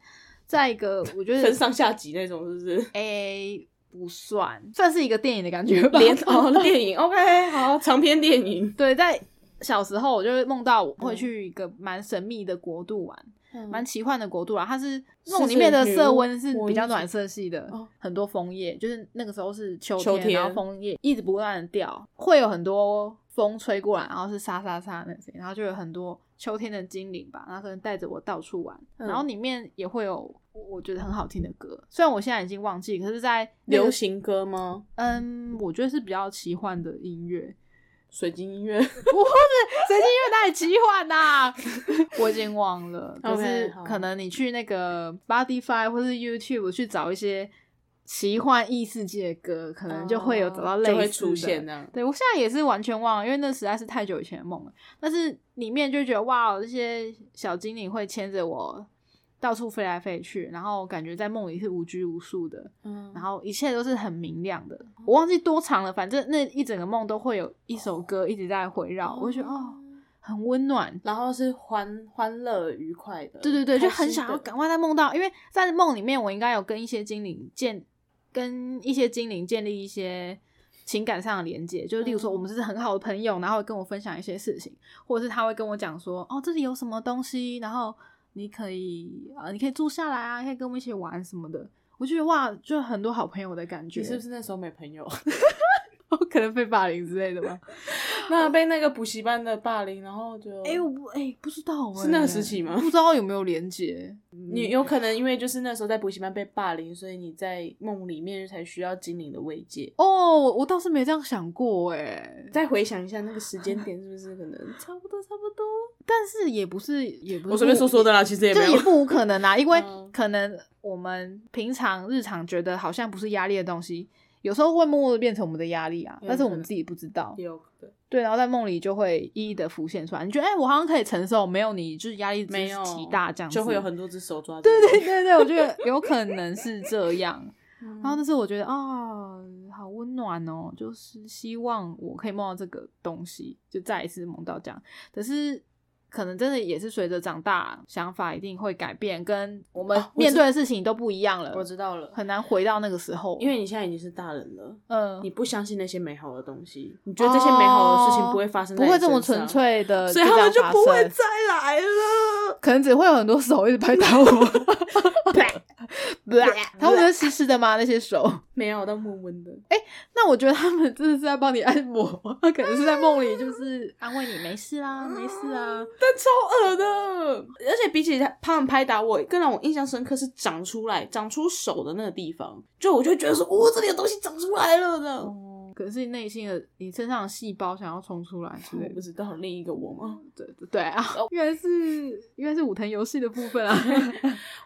Speaker 1: 在一个我觉
Speaker 2: 分
Speaker 1: 得
Speaker 2: 上下集那种是不是？
Speaker 1: A 不算，算是一个电影的感觉吧。 *laughs*
Speaker 2: 连哦 *laughs* 电影 OK 好长篇电影，
Speaker 1: 对，在小时候我就会梦到我
Speaker 2: 嗯
Speaker 1: 会去一个蛮神秘的国度玩，蛮奇幻的国度啦。它是梦里面的色温是比较暖色系的
Speaker 2: 哦，
Speaker 1: 很多枫叶，就是那个时候是秋天，
Speaker 2: 秋天
Speaker 1: 然后枫叶一直不断的掉，会有很多风吹过来，然后是沙沙沙那些，然后就有很多秋天的精灵吧，然后可能带着我到处玩，
Speaker 2: 嗯
Speaker 1: 然后里面也会有我我觉得很好听的歌，虽然我现在已经忘记，可是在那个
Speaker 2: 流，行歌吗？
Speaker 1: 嗯，我觉得是比较奇幻的音乐。
Speaker 2: 水
Speaker 1: *laughs*
Speaker 2: 晶音乐
Speaker 1: 谁是因为哪里奇幻呐、 *laughs* 我已经忘了，可
Speaker 2: OK，
Speaker 1: 是
Speaker 2: 好
Speaker 1: 可能你去那个 Spotify 或是 YouTube 去找一些奇幻异世界的歌，可哦能就会有找到类似
Speaker 2: 哦就
Speaker 1: 的。
Speaker 2: 会出现那样。
Speaker 1: 对我现在也是完全忘了，因为那实在是太久以前的梦了。但是里面就觉得哇，哦这些小精灵会牵着我到处飞来飞去，然后感觉在梦里是无拘无束的。
Speaker 2: 嗯哦
Speaker 1: 然后一切都是很明亮的。我忘记多长了，反正那一整个梦都会有一首歌一直在回绕，我就觉得哦，，很温暖。
Speaker 2: 然后是欢欢乐愉快的，
Speaker 1: 对对对，
Speaker 2: 开
Speaker 1: 就
Speaker 2: 心
Speaker 1: 很
Speaker 2: 的
Speaker 1: 想要赶快在梦到，因为在梦里面我应该有跟一些精灵建，跟一些精灵建立一些。情感上的连接，就例如说
Speaker 2: 嗯
Speaker 1: 我们是很好的朋友，然后会跟我分享一些事情，或者是他会跟我讲说，哦，这里有什么东西，然后你可以啊、呃你可以住下来啊，可以跟我们一起玩什么的。我就觉得哇，就很多好朋友的感觉。
Speaker 2: 你是不是那时候没
Speaker 1: *laughs*
Speaker 2: 朋友？
Speaker 1: 可能被霸凌之类的吧。
Speaker 2: 那被那个补习班的霸凌，然后就
Speaker 1: 哎、我不哎、不知道、哎
Speaker 2: 是那个时期吗
Speaker 1: 不知道有没有连接。
Speaker 2: 你有可能因为就是那时候在补习班被霸凌，所以你在梦里面才需要精灵的慰藉。
Speaker 1: 哦，我我倒是没这样想过哎、
Speaker 2: 再回想一下那个时间点，是不是可能差不多差不多？
Speaker 1: 但是也不是也不是
Speaker 2: 的啦，其实也
Speaker 1: 就也不无可能啊啦、因为
Speaker 2: *laughs* 嗯
Speaker 1: 可能我们平常日常觉得好像不是压力的东西，有时候会默默的变成我们的压力啊，
Speaker 2: 有
Speaker 1: 但是我
Speaker 2: 可
Speaker 1: 们
Speaker 2: 能
Speaker 1: 自己不知道。
Speaker 2: 有可能
Speaker 1: 对，然后在梦里就会一一的浮现出来。你觉得哎、我好像可以承受，没有你就是压力
Speaker 2: 没有
Speaker 1: 极大这样子，
Speaker 2: 就会有很多只手抓着。
Speaker 1: 对对对对，我觉得有可能是这样。
Speaker 2: 嗯，
Speaker 1: 然后那时候我觉得啊、好温暖哦，就是希望我可以梦到这个东西，就再一次梦到这样。可是可能真的也是随着长大，想法一定会改变，跟我们
Speaker 2: 啊我知
Speaker 1: 面对的事情都不一样了，
Speaker 2: 我知道了，
Speaker 1: 很难回到那个时候。
Speaker 2: 因为你现在已经是大人了。
Speaker 1: 嗯，
Speaker 2: 你不相信那些美好的东西，你觉得这些美好的事情不会发生在
Speaker 1: 哦不
Speaker 2: 你
Speaker 1: 会这么
Speaker 2: 身上
Speaker 1: 纯，粹的，
Speaker 2: 所以他们就不会再来了。
Speaker 1: 可能只会有很多手一直拍打
Speaker 2: *laughs*
Speaker 1: 我，他们会湿湿的吗？那些手？
Speaker 2: 没有，但温温的。
Speaker 1: 哎那我觉得他们真的是在帮你按摩，他可能是在梦里就是安慰你，没事啊，没事啊。
Speaker 2: 但超恶的。而且比起他他们拍打我，更让我印象深刻是长出来、长出手的那个地方，就我就觉得说，哦，这里有东西长出来了的。
Speaker 1: 哦，可能是你内心的你身上的细胞想要冲出来之类
Speaker 2: 我不
Speaker 1: 的。
Speaker 2: 知道另一个我吗？
Speaker 1: *laughs* 对对对啊，原来是原来是武藤游戏的部分啊。 *laughs*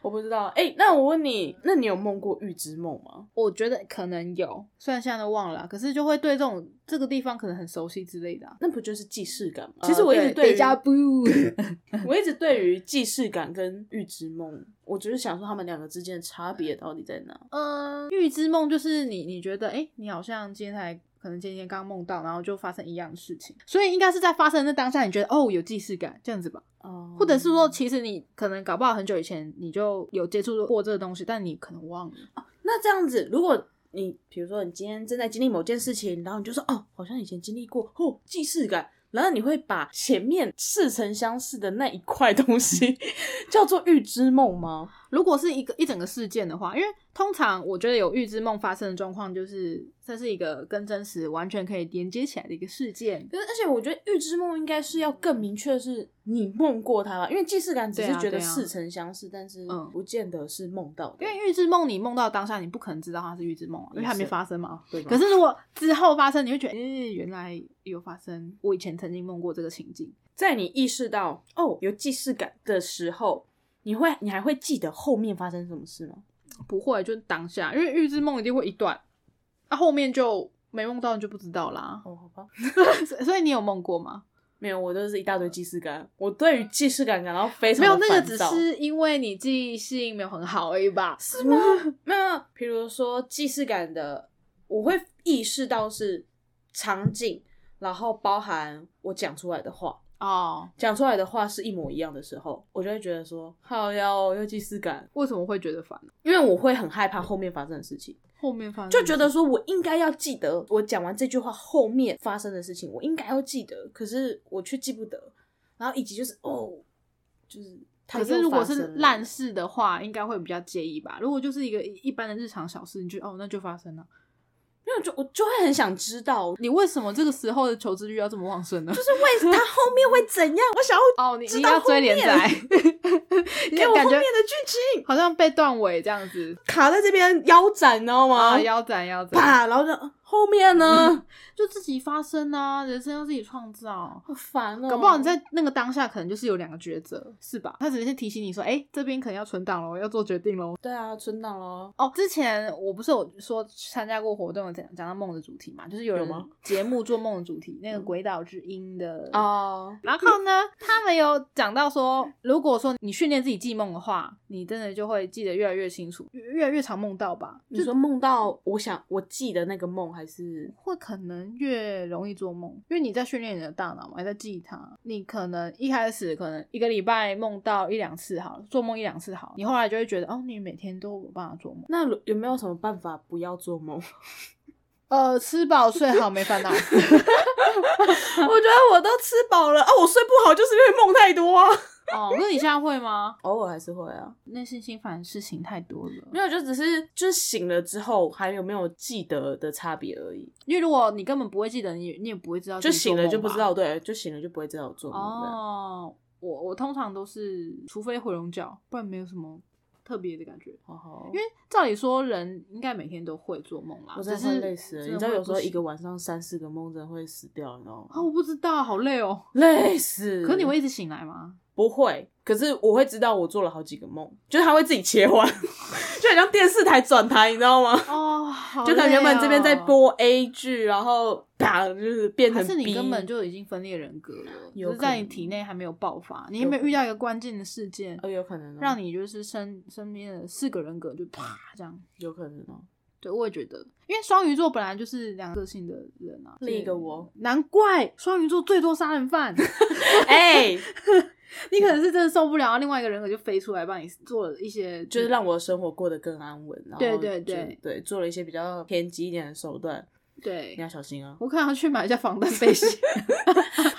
Speaker 2: 我不知道。哎、那我问你，那你有梦过预知梦吗？
Speaker 1: 我觉得可能有，虽然现在都忘了啊，可是就会对这种这个地方可能很熟悉之类的啊、呃
Speaker 2: 那不就是既视感吗？其实我一直
Speaker 1: 对
Speaker 2: 于、
Speaker 1: 加布，
Speaker 2: *laughs* 我一直对于既视感跟预知梦，我只是想说他们两个之间的差别到底在哪？
Speaker 1: 嗯，预知梦就是你你觉得，哎、你好像今天才可能今天刚梦到，然后就发生一样的事情，所以应该是在发生的那当下，你觉得哦有既视感这样子吧，
Speaker 2: 哦
Speaker 1: 或者是说，其实你可能
Speaker 2: 哦
Speaker 1: 搞不好很久以前你就有接触过这个东西，但你可能忘了。
Speaker 2: 那这样子，如果你比如说你今天正在经历某件事情，然后你就说哦，好像以前经历过，哦，既视感。然后你会把前面似曾相识的那一块东 *laughs* 西叫做预知梦吗？
Speaker 1: 如果是一个一整个事件的话，因为通常我觉得有预知梦发生的状况，就是这是一个跟真实完全可以连接起来的一个事件。
Speaker 2: 可是，而且我觉得预知梦应该是要更明确，是你梦过它吧？因为既视感只
Speaker 1: 对
Speaker 2: 是
Speaker 1: 啊
Speaker 2: 觉得
Speaker 1: 对啊
Speaker 2: 似曾相识，但是
Speaker 1: 嗯
Speaker 2: 不见得是梦到的，
Speaker 1: 因为预知梦，你梦到当下，你不可能知道它是预知梦啊，因为
Speaker 2: 也
Speaker 1: 还没
Speaker 2: 是
Speaker 1: 发生嘛。
Speaker 2: 对吗
Speaker 1: 可是如果之后发生，你会
Speaker 2: 嗯
Speaker 1: 觉得，诶、原来有发生，我以前曾经梦过这个情境。
Speaker 2: 在你意识到哦有既视感的时候，你会你还会记得后面发生什么事吗？
Speaker 1: 不会，就是当下，因为预知梦一定会一段，啊，后面就没梦到你就不知道啦。
Speaker 2: 哦，好吧，
Speaker 1: *laughs* 所以所以你有梦过吗？
Speaker 2: 没有，我都是一大堆既视感，我对于既视感感到非常
Speaker 1: 没有，
Speaker 2: 地
Speaker 1: 那个
Speaker 2: 烦
Speaker 1: 只
Speaker 2: 躁
Speaker 1: 是因为你记性没有很好而已吧？是
Speaker 2: *laughs* 吗？那比如说既视感的，我会意识到是场景，然后包含我讲出来的话，
Speaker 1: 哦，
Speaker 2: 讲出来的话是一模一样的时候，我就会觉得说，好呀，我又既视感，
Speaker 1: 为什么会觉得烦？
Speaker 2: 因为我会很害怕后面发生的事情，
Speaker 1: 后面发生
Speaker 2: 就觉得说我应该要记得我讲完这句话后面发生的事情，我应该要记得，可是我却记不得，然后以及就是哦，就是它
Speaker 1: 可
Speaker 2: 又发生了。
Speaker 1: 是如果是烂事的话，应该会比较介意吧？如果就是一个一一般的日常小事，你就哦，那就发生了。
Speaker 2: 因为我就我就会很想知道，
Speaker 1: 你为什么这个时候的求知欲要这么旺盛呢？ *laughs*
Speaker 2: 就是为他后面会怎样，我想要
Speaker 1: 哦，你你
Speaker 2: 知道
Speaker 1: 要追
Speaker 2: 后
Speaker 1: 连
Speaker 2: 面
Speaker 1: 载， *laughs* 你
Speaker 2: 给我
Speaker 1: 感
Speaker 2: 后
Speaker 1: 觉
Speaker 2: 面的剧情
Speaker 1: 好像被断尾这样子
Speaker 2: 卡在这边腰斩，你知道吗？
Speaker 1: 啊，腰斩腰斩。嗯
Speaker 2: 啪，然后就呃后面呢，
Speaker 1: 就自己发生啊，人生要自己创造。
Speaker 2: 好烦哦。
Speaker 1: 搞不好你在那个当下，可能就是有两个抉择，是吧？他只是提醒你说，哎、这边可能要存档喽，要做决定喽。
Speaker 2: 对啊，存档喽。
Speaker 1: 哦，之前我不是有说参加过活动，讲讲到梦的主题嘛，就是有
Speaker 2: 有
Speaker 1: 人
Speaker 2: 吗
Speaker 1: 节目做梦的主题，那个《鬼岛之音》 *laughs* 的
Speaker 2: 哦，
Speaker 1: 然后呢，他们有讲到说，如果说你训练自己记梦的话，你真的就会记得越来越清楚，越越来越常梦到吧？
Speaker 2: 你说梦到我想我记得那个梦，还是
Speaker 1: 会可能越容易做梦，因为你在训练你的大脑嘛，你在记忆它。你可能一开始可能一个礼拜梦到一两次好了，做梦一两次好了，你后来就会觉得哦，你每天都有办法做梦。
Speaker 2: 那有没有什么办法不要做梦？我
Speaker 1: 呃，吃饱睡好没烦恼。 *laughs*
Speaker 2: *laughs* 觉得我都吃饱了啊，我睡不好就是因为梦太多啊。
Speaker 1: 哦，那你现在会吗？
Speaker 2: 偶尔还是会啊，
Speaker 1: 内心心烦的事情太多了
Speaker 2: 没，有，就只是就是醒了之后还有没有记得的差别而已。
Speaker 1: 因为如果你根本不会记得，你你也不会知道自
Speaker 2: 就
Speaker 1: 己做
Speaker 2: 醒
Speaker 1: 梦吧，
Speaker 2: 了就不知道，对，就醒了就不会知道我做梦。对啊
Speaker 1: 哦，我我通常都是，除非回笼觉，不然没有什么特别的感觉。
Speaker 2: 好哦好，
Speaker 1: 因为照理说，人应该每天都会做梦啦，
Speaker 2: 我
Speaker 1: 只
Speaker 2: 真的会
Speaker 1: 是
Speaker 2: 累死了。
Speaker 1: 真
Speaker 2: 你
Speaker 1: 的
Speaker 2: 知道
Speaker 1: 会
Speaker 2: 有时候
Speaker 1: 不行
Speaker 2: 一个晚上三四个梦真的会死掉，你知道吗？
Speaker 1: 啊，我不知道，好累哦。
Speaker 2: 累死。
Speaker 1: 可你会一直醒来吗？
Speaker 2: 不会？可是我会知道我做了好几个梦，就是它会自己切换， *laughs* 就很像电视台转台，你知道吗？
Speaker 1: 哦，好
Speaker 2: 就可能原本这边在
Speaker 1: 累哦，
Speaker 2: 播 A 剧，然后啪就是变
Speaker 1: 还
Speaker 2: 成 B。
Speaker 1: 是你根本就已经分裂人格了，
Speaker 2: 有
Speaker 1: 只是
Speaker 2: 可能
Speaker 1: 在你体内还没有爆发。你有没有
Speaker 2: 有可能
Speaker 1: 遇到一个关键的事件，
Speaker 2: 呃有可能、哦，
Speaker 1: 让你就是身身边的四个人格就啪这样？
Speaker 2: 有可能哦。
Speaker 1: 对，我也觉得，因为双鱼座本来就是两个性的人啊。
Speaker 2: 另一个我，
Speaker 1: 难怪双鱼座最多杀人
Speaker 2: *laughs*
Speaker 1: 犯。
Speaker 2: *laughs* 哎、
Speaker 1: 你可能是真的受不了，然后另外一个人格就飞出来帮你做了一些，
Speaker 2: 就是让我的生活过得更安稳，然后
Speaker 1: 对对
Speaker 2: 就
Speaker 1: 对
Speaker 2: 对，做了一些比较偏激一点的手段，
Speaker 1: 对
Speaker 2: 你。要小心啊。
Speaker 1: 我可能要去买一下防弹背
Speaker 2: *laughs*
Speaker 1: 心，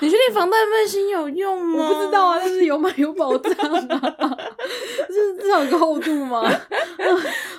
Speaker 2: 你确定防弹背心有用
Speaker 1: 我
Speaker 2: 吗？
Speaker 1: 不知道啊，但是有买有保障啊， *laughs* 就是至少有个厚度嘛。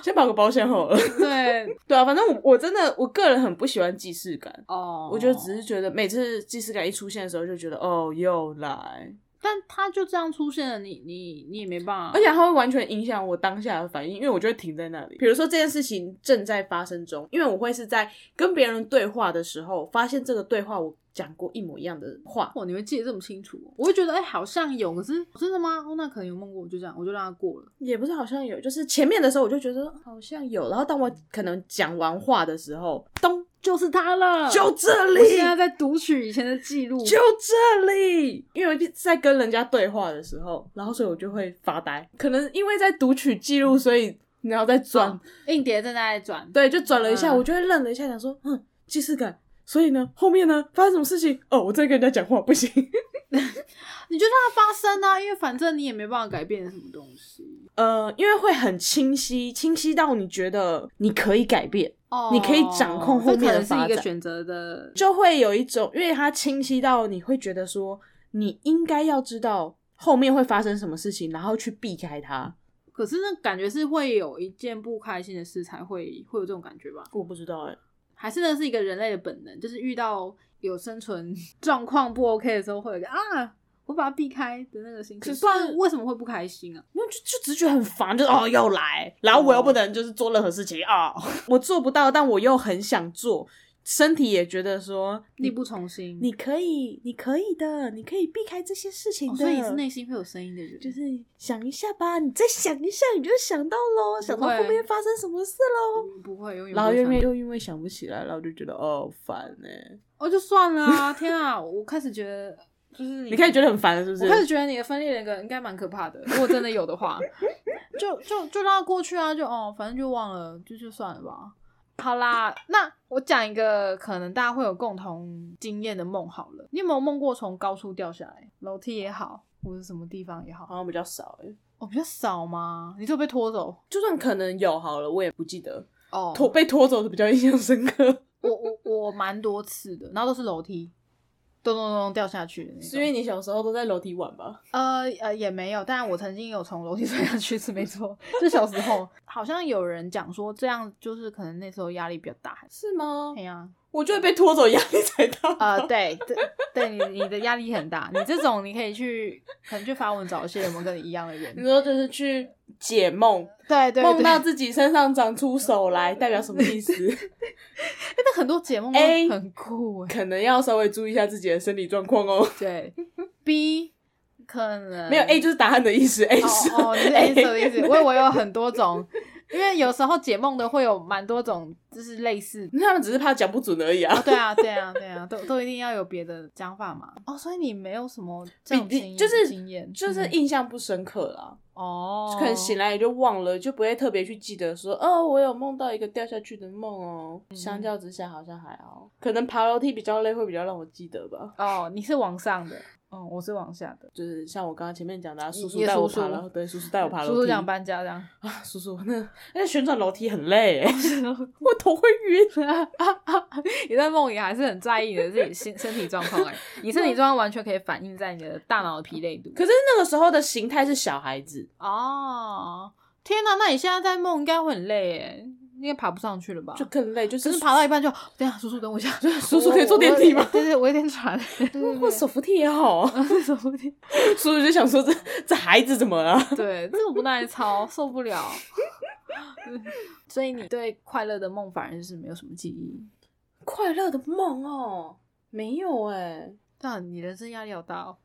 Speaker 2: 先保个保险好了。
Speaker 1: *laughs*
Speaker 2: *laughs*
Speaker 1: 对，
Speaker 2: 对啊，反正我我真的我个人很不喜欢既视感，
Speaker 1: 哦
Speaker 2: *laughs* 我就只是，觉得每次既视感一出现的时候，就觉得哦又来，
Speaker 1: 但他就这样出现了，你你你也没办法，
Speaker 2: 而且它会完全影响我当下的反应，因为我就会停在那里。比如说这件事情正在发生中，因为我会是在跟别人对话的时候，发现这个对话我讲过一模一样的话，
Speaker 1: 哇，你会记得这么清楚哦，我会觉得哎、好像有，可是真的吗？哦，那可能有梦过，我就这样，我就让他过了。
Speaker 2: 也不是好像有，就是前面的时候我就觉得好像有，然后当我可能讲完话的时候，咚，
Speaker 1: 就是他了，
Speaker 2: 就这里
Speaker 1: 呃我，现在在读取以前的记录，
Speaker 2: 就这里，因为我在跟人家对话的时候，然后所以我就会发呆，可能因为在读取记录，所以然后再转，
Speaker 1: 哦硬碟正在转，
Speaker 2: 对，就转了一下，
Speaker 1: 嗯
Speaker 2: 我就会愣了一下，想说，嗯，既视感。所以呢，后面呢发生什么事情？哦，我在跟人家讲话，不行。 *laughs*
Speaker 1: 你就让它发生啊，因为反正你也没办法改变什么东西。
Speaker 2: 呃，因为会很清晰，清晰到你觉得你可以改变，
Speaker 1: 哦
Speaker 2: 你可以掌控后面
Speaker 3: 这哦可
Speaker 2: 的
Speaker 3: 能
Speaker 2: 发
Speaker 3: 是一个
Speaker 2: 展
Speaker 3: 选择的，
Speaker 2: 就会有一种，因为它清晰到你会觉得说，你应该要知道后面会发生什么事情，然后去避开它。
Speaker 3: 可是那感觉是会有一件不开心的事才会会有这种感觉吧？
Speaker 2: 我不知道哎、
Speaker 3: 还是那是一个人类的本能，就是遇到有生存状况不 OK 的时候，会有一个啊，我把它避开的那个心情。
Speaker 2: 可是
Speaker 3: 不然为什么会不开心啊？
Speaker 2: 没有就就只是觉得很烦，就是哦又来，然后我又不能就是做任何事情啊、哦 *laughs* 我做不到，但我又很想做，身体也觉得说
Speaker 3: 力不从
Speaker 1: 嗯
Speaker 3: 心，
Speaker 2: 你可以，你可以的，你可以避开这些事情
Speaker 3: 哦
Speaker 2: 的。
Speaker 3: 所以你是内心会有声音的人，
Speaker 2: 就是想一下吧，你再想一下，你就想到喽，想到
Speaker 3: 会
Speaker 2: 后面发生什么事喽。
Speaker 3: 嗯不会永远
Speaker 2: 然后
Speaker 3: 不会
Speaker 2: 因
Speaker 3: 想
Speaker 2: 为又因为想不起来，然后就觉得哦烦呢、
Speaker 3: 哦，就算了啊！天啊，我开始觉得就是你
Speaker 2: 你开始觉得很烦了，是不
Speaker 1: 嗯
Speaker 2: 是？
Speaker 1: 我开始
Speaker 2: 我
Speaker 1: 觉得你的分裂人格应该蛮可怕的，如果真的有的
Speaker 2: *laughs*
Speaker 1: 话，就就就让它过去啊，就哦，反正就忘了，就就算了吧。好啦，那我讲一个可能大家会有共同经验的梦好了。你有没有梦过从高处掉下来，楼梯也好，或者什么地方也好？
Speaker 2: 好像比较少哎、
Speaker 1: 哦，比较少吗？你就被拖走
Speaker 2: 就算可能有好了，我也不记得
Speaker 1: 哦。
Speaker 2: *laughs* 拖被拖走是比较印象
Speaker 1: *laughs*
Speaker 2: 深刻，
Speaker 1: 我我我蛮多次的，然后都是楼梯，咚咚咚咚掉下去的那种。
Speaker 2: 是因为你小时候都在楼梯玩吧？
Speaker 1: 呃呃也没有，但我曾经有从楼梯摔下去是没错，就小时候 *laughs* 好像有人讲说这样就是可能那时候压力比较大，还是
Speaker 2: 是吗
Speaker 1: 哎？呀，
Speaker 2: 我觉得被拖走压力才大吧。 *laughs*
Speaker 1: 呃对对对，你你的压力很大，你这种你可以去可能去发文找一些有没有跟你一样的人，
Speaker 2: *laughs* 你说就是去解梦，
Speaker 1: 对对
Speaker 2: 梦
Speaker 1: 对，
Speaker 2: 到自己身上长出手
Speaker 1: *laughs*
Speaker 2: 来，代表什么意思？
Speaker 1: 哎那很多节目都
Speaker 2: A
Speaker 1: 很酷哎、
Speaker 2: 可能要稍微注意一下自己的身体状况哦。
Speaker 1: 对 B 可能
Speaker 2: 没有 A 就是答案的意思，A 是
Speaker 1: 嗯哦哦，你是 A 色的意思，我以为有很多种，因为有时候解梦的会有蛮多种，就是类似
Speaker 2: 那他们只是 *laughs* 怕讲不准而已
Speaker 1: 啊，
Speaker 2: 啊。
Speaker 1: 对啊，对啊，对啊，都都一定要有别的讲法嘛。哦，所以你没有什么这种
Speaker 2: 比
Speaker 1: 经验，
Speaker 2: 就是
Speaker 1: 经验，
Speaker 2: 就是
Speaker 1: 嗯
Speaker 2: 印象不深刻啦，
Speaker 1: 哦，
Speaker 2: 可能醒来也就忘了，就不会特别去记得说，哦，我有梦到一个掉下去的梦哦。
Speaker 1: 嗯
Speaker 2: 相较之下好像还好，可能爬楼梯比较累，会比较让我记得吧。
Speaker 1: 哦，你是往上的，嗯，我是往下的。
Speaker 2: 就是像我刚刚前面讲的啊，
Speaker 1: 你
Speaker 2: 叔
Speaker 1: 你
Speaker 2: 叔
Speaker 1: 的
Speaker 2: 带我
Speaker 1: 叔叔
Speaker 2: 爬了，对，叔叔带我爬楼
Speaker 1: 叔
Speaker 2: 梯。
Speaker 1: 叔讲搬家这样， *laughs*
Speaker 2: 啊， *laughs* 叔叔，那那旋转楼梯很累欸， *laughs* 我头会晕。啊
Speaker 1: 你在梦里还是很在意你的自己身身体状况哎，你身体状况完全可以反映在你的大脑的疲累度。
Speaker 2: 可是那个时候的形态是小孩子，
Speaker 1: 哦，天哪，那你现在在梦应该会很累哎，应该爬不上去了吧？
Speaker 2: 就更累，就
Speaker 1: 只
Speaker 2: 是
Speaker 1: 是爬到一半就，等一下叔 *laughs* 叔等我一下，
Speaker 2: *laughs* 叔叔可以坐电梯吗
Speaker 1: 我我对对，我有点 *laughs* 喘，对对对
Speaker 2: 哦或手扶梯也好，
Speaker 1: 手扶梯。
Speaker 2: *laughs* 叔叔就想说这 *laughs* 这孩子怎么了？
Speaker 1: *laughs* 对，这种不耐操受不了。 *laughs* 所以你对快乐的梦反而是没有什么记忆，
Speaker 2: 快乐的梦哦，没有哎、
Speaker 1: 但你人生压力好大哦。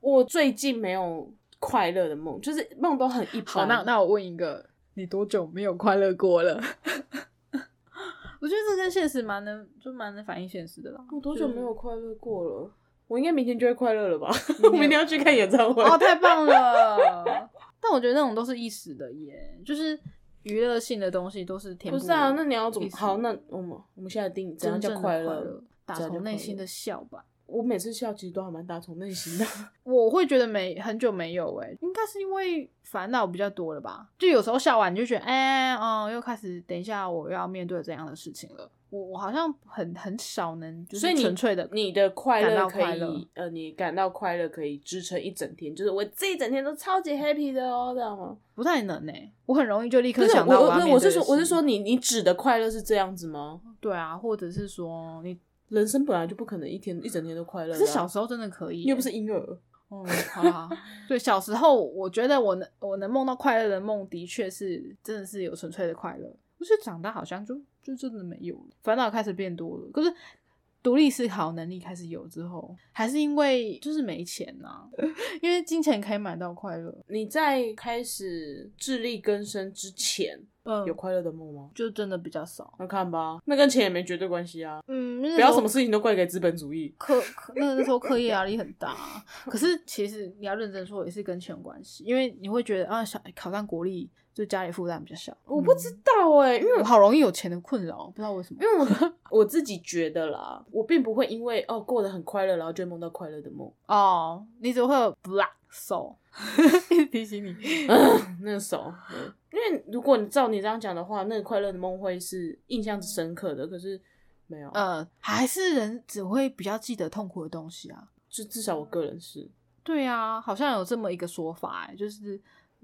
Speaker 2: 我最近没有快乐的梦，就是梦都很一般。
Speaker 1: 好，那那我问一个，你多久没有快乐过了？ *laughs* 我觉得这跟现实蛮能，就蛮能反映现实的 *laughs* 啦。
Speaker 2: 我多
Speaker 1: 就
Speaker 2: 久
Speaker 1: 是
Speaker 2: 没有快乐过了？我应该明天就会快乐了吧？
Speaker 1: 有
Speaker 2: *laughs* 我明天要去看演唱会。
Speaker 1: 哦，太棒了！ *laughs* 但我觉得那种都是一时的耶，就是娱乐性的东西都是填
Speaker 2: 不
Speaker 1: 补
Speaker 2: 是啊，那你要怎么
Speaker 1: 意？思
Speaker 2: 好，那我们我们现在定
Speaker 1: 真
Speaker 2: 怎样
Speaker 1: 正
Speaker 2: 叫
Speaker 1: 的
Speaker 2: 快
Speaker 1: 乐
Speaker 2: 乐？，
Speaker 1: 打
Speaker 2: 这样叫
Speaker 1: 从内
Speaker 2: 快
Speaker 1: 心
Speaker 2: 乐
Speaker 1: 的笑吧。
Speaker 2: 我每次笑其实都还蛮打从内心的。
Speaker 1: 我会觉得没很久没有哎、应该是因为烦恼比较多了吧？就有时候笑完你就觉得，哎、嗯，又开始，等一下我又要面对这样的事情了。我我好像很很少能，就
Speaker 2: 所以
Speaker 1: 是
Speaker 2: 你
Speaker 1: 纯粹的
Speaker 2: 你的快
Speaker 1: 感到
Speaker 2: 乐可
Speaker 1: 快乐
Speaker 2: 以呃，你感到快乐可以支撑一整天，就是我这一整天都超级 happy 的哦，这样吗？
Speaker 1: 不太能哎、我很容易就立
Speaker 2: 不
Speaker 1: 刻
Speaker 2: 是
Speaker 1: 想
Speaker 2: 我
Speaker 1: 到
Speaker 2: 我
Speaker 1: 要面
Speaker 2: 我是
Speaker 1: 对的
Speaker 2: 说我是
Speaker 1: 事
Speaker 2: 说你你指的快乐是这样子吗？
Speaker 1: 对啊，或者是说你，
Speaker 2: 人生本来就不可能一天一整天都快乐、
Speaker 1: 可
Speaker 2: 啊。
Speaker 1: 是小时候真的可以、欸
Speaker 2: 你又不是，婴儿，
Speaker 1: 嗯，好啦， *laughs* 对，小时候我觉得我能我能梦到快乐的梦，的确是真的是有纯粹的快乐。我觉得长大好像就就真的没有了，烦恼开始变多了，可是独立思考能力开始有之后，还是因为就是没钱呐、 *laughs* 因为金钱可以买到快乐，
Speaker 2: 你在开始自力更生之前
Speaker 1: 嗯
Speaker 2: 有快乐的梦吗？
Speaker 1: 就真的比较少，
Speaker 2: 那看吧，那跟钱也没绝对关系啊！
Speaker 1: 嗯，不
Speaker 2: 不要什么事情都怪给资本主义。
Speaker 1: 课课那个时候课业压力很大、啊哎可是其实你要认真说，也是跟钱有关系，因为你会觉得啊，想考上国立就家里负担比较小。
Speaker 2: 我不知道哎、因为
Speaker 1: 我好容易有钱的困扰，不知道为什么
Speaker 2: 因。为我我自己觉得啦，我并不会因为哦过得很快乐，然后就会梦到快乐的梦。
Speaker 1: 哦，你只会有 black soul，提醒你。
Speaker 2: *laughs* 那个手，嗯因为如果你照你这样讲的话，那个快乐的梦会是印象深刻的。可是没有，
Speaker 1: *laughs* 呃，还是人只会比较记得痛苦的东西啊。
Speaker 2: 就至少我个人是，
Speaker 1: 对啊，好像有这么一个说法、欸，就是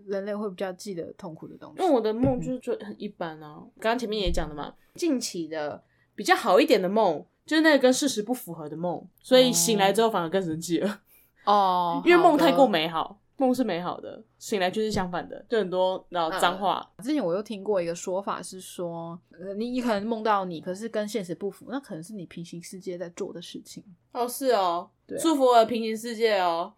Speaker 1: 人类会比较记得痛苦的东西。
Speaker 2: 因为我的梦就是就很一般啊。刚刚前面也讲了嘛，近期的比较好一点的梦，就是那个跟事实不符合的梦，所以醒来之后反而更生气了，
Speaker 1: 哦，
Speaker 2: 因为梦
Speaker 1: 好的
Speaker 2: 太过。美好。梦是美好的，醒来就是相反的，就很多然后脏话，
Speaker 1: 之前我又听过一个说法是说，呃，你你可能梦到你，可是跟现实不符，那可能是你平行世界在做的事情。
Speaker 2: 哦是哦，
Speaker 1: 对啊
Speaker 2: 祝福我的平行世界哦，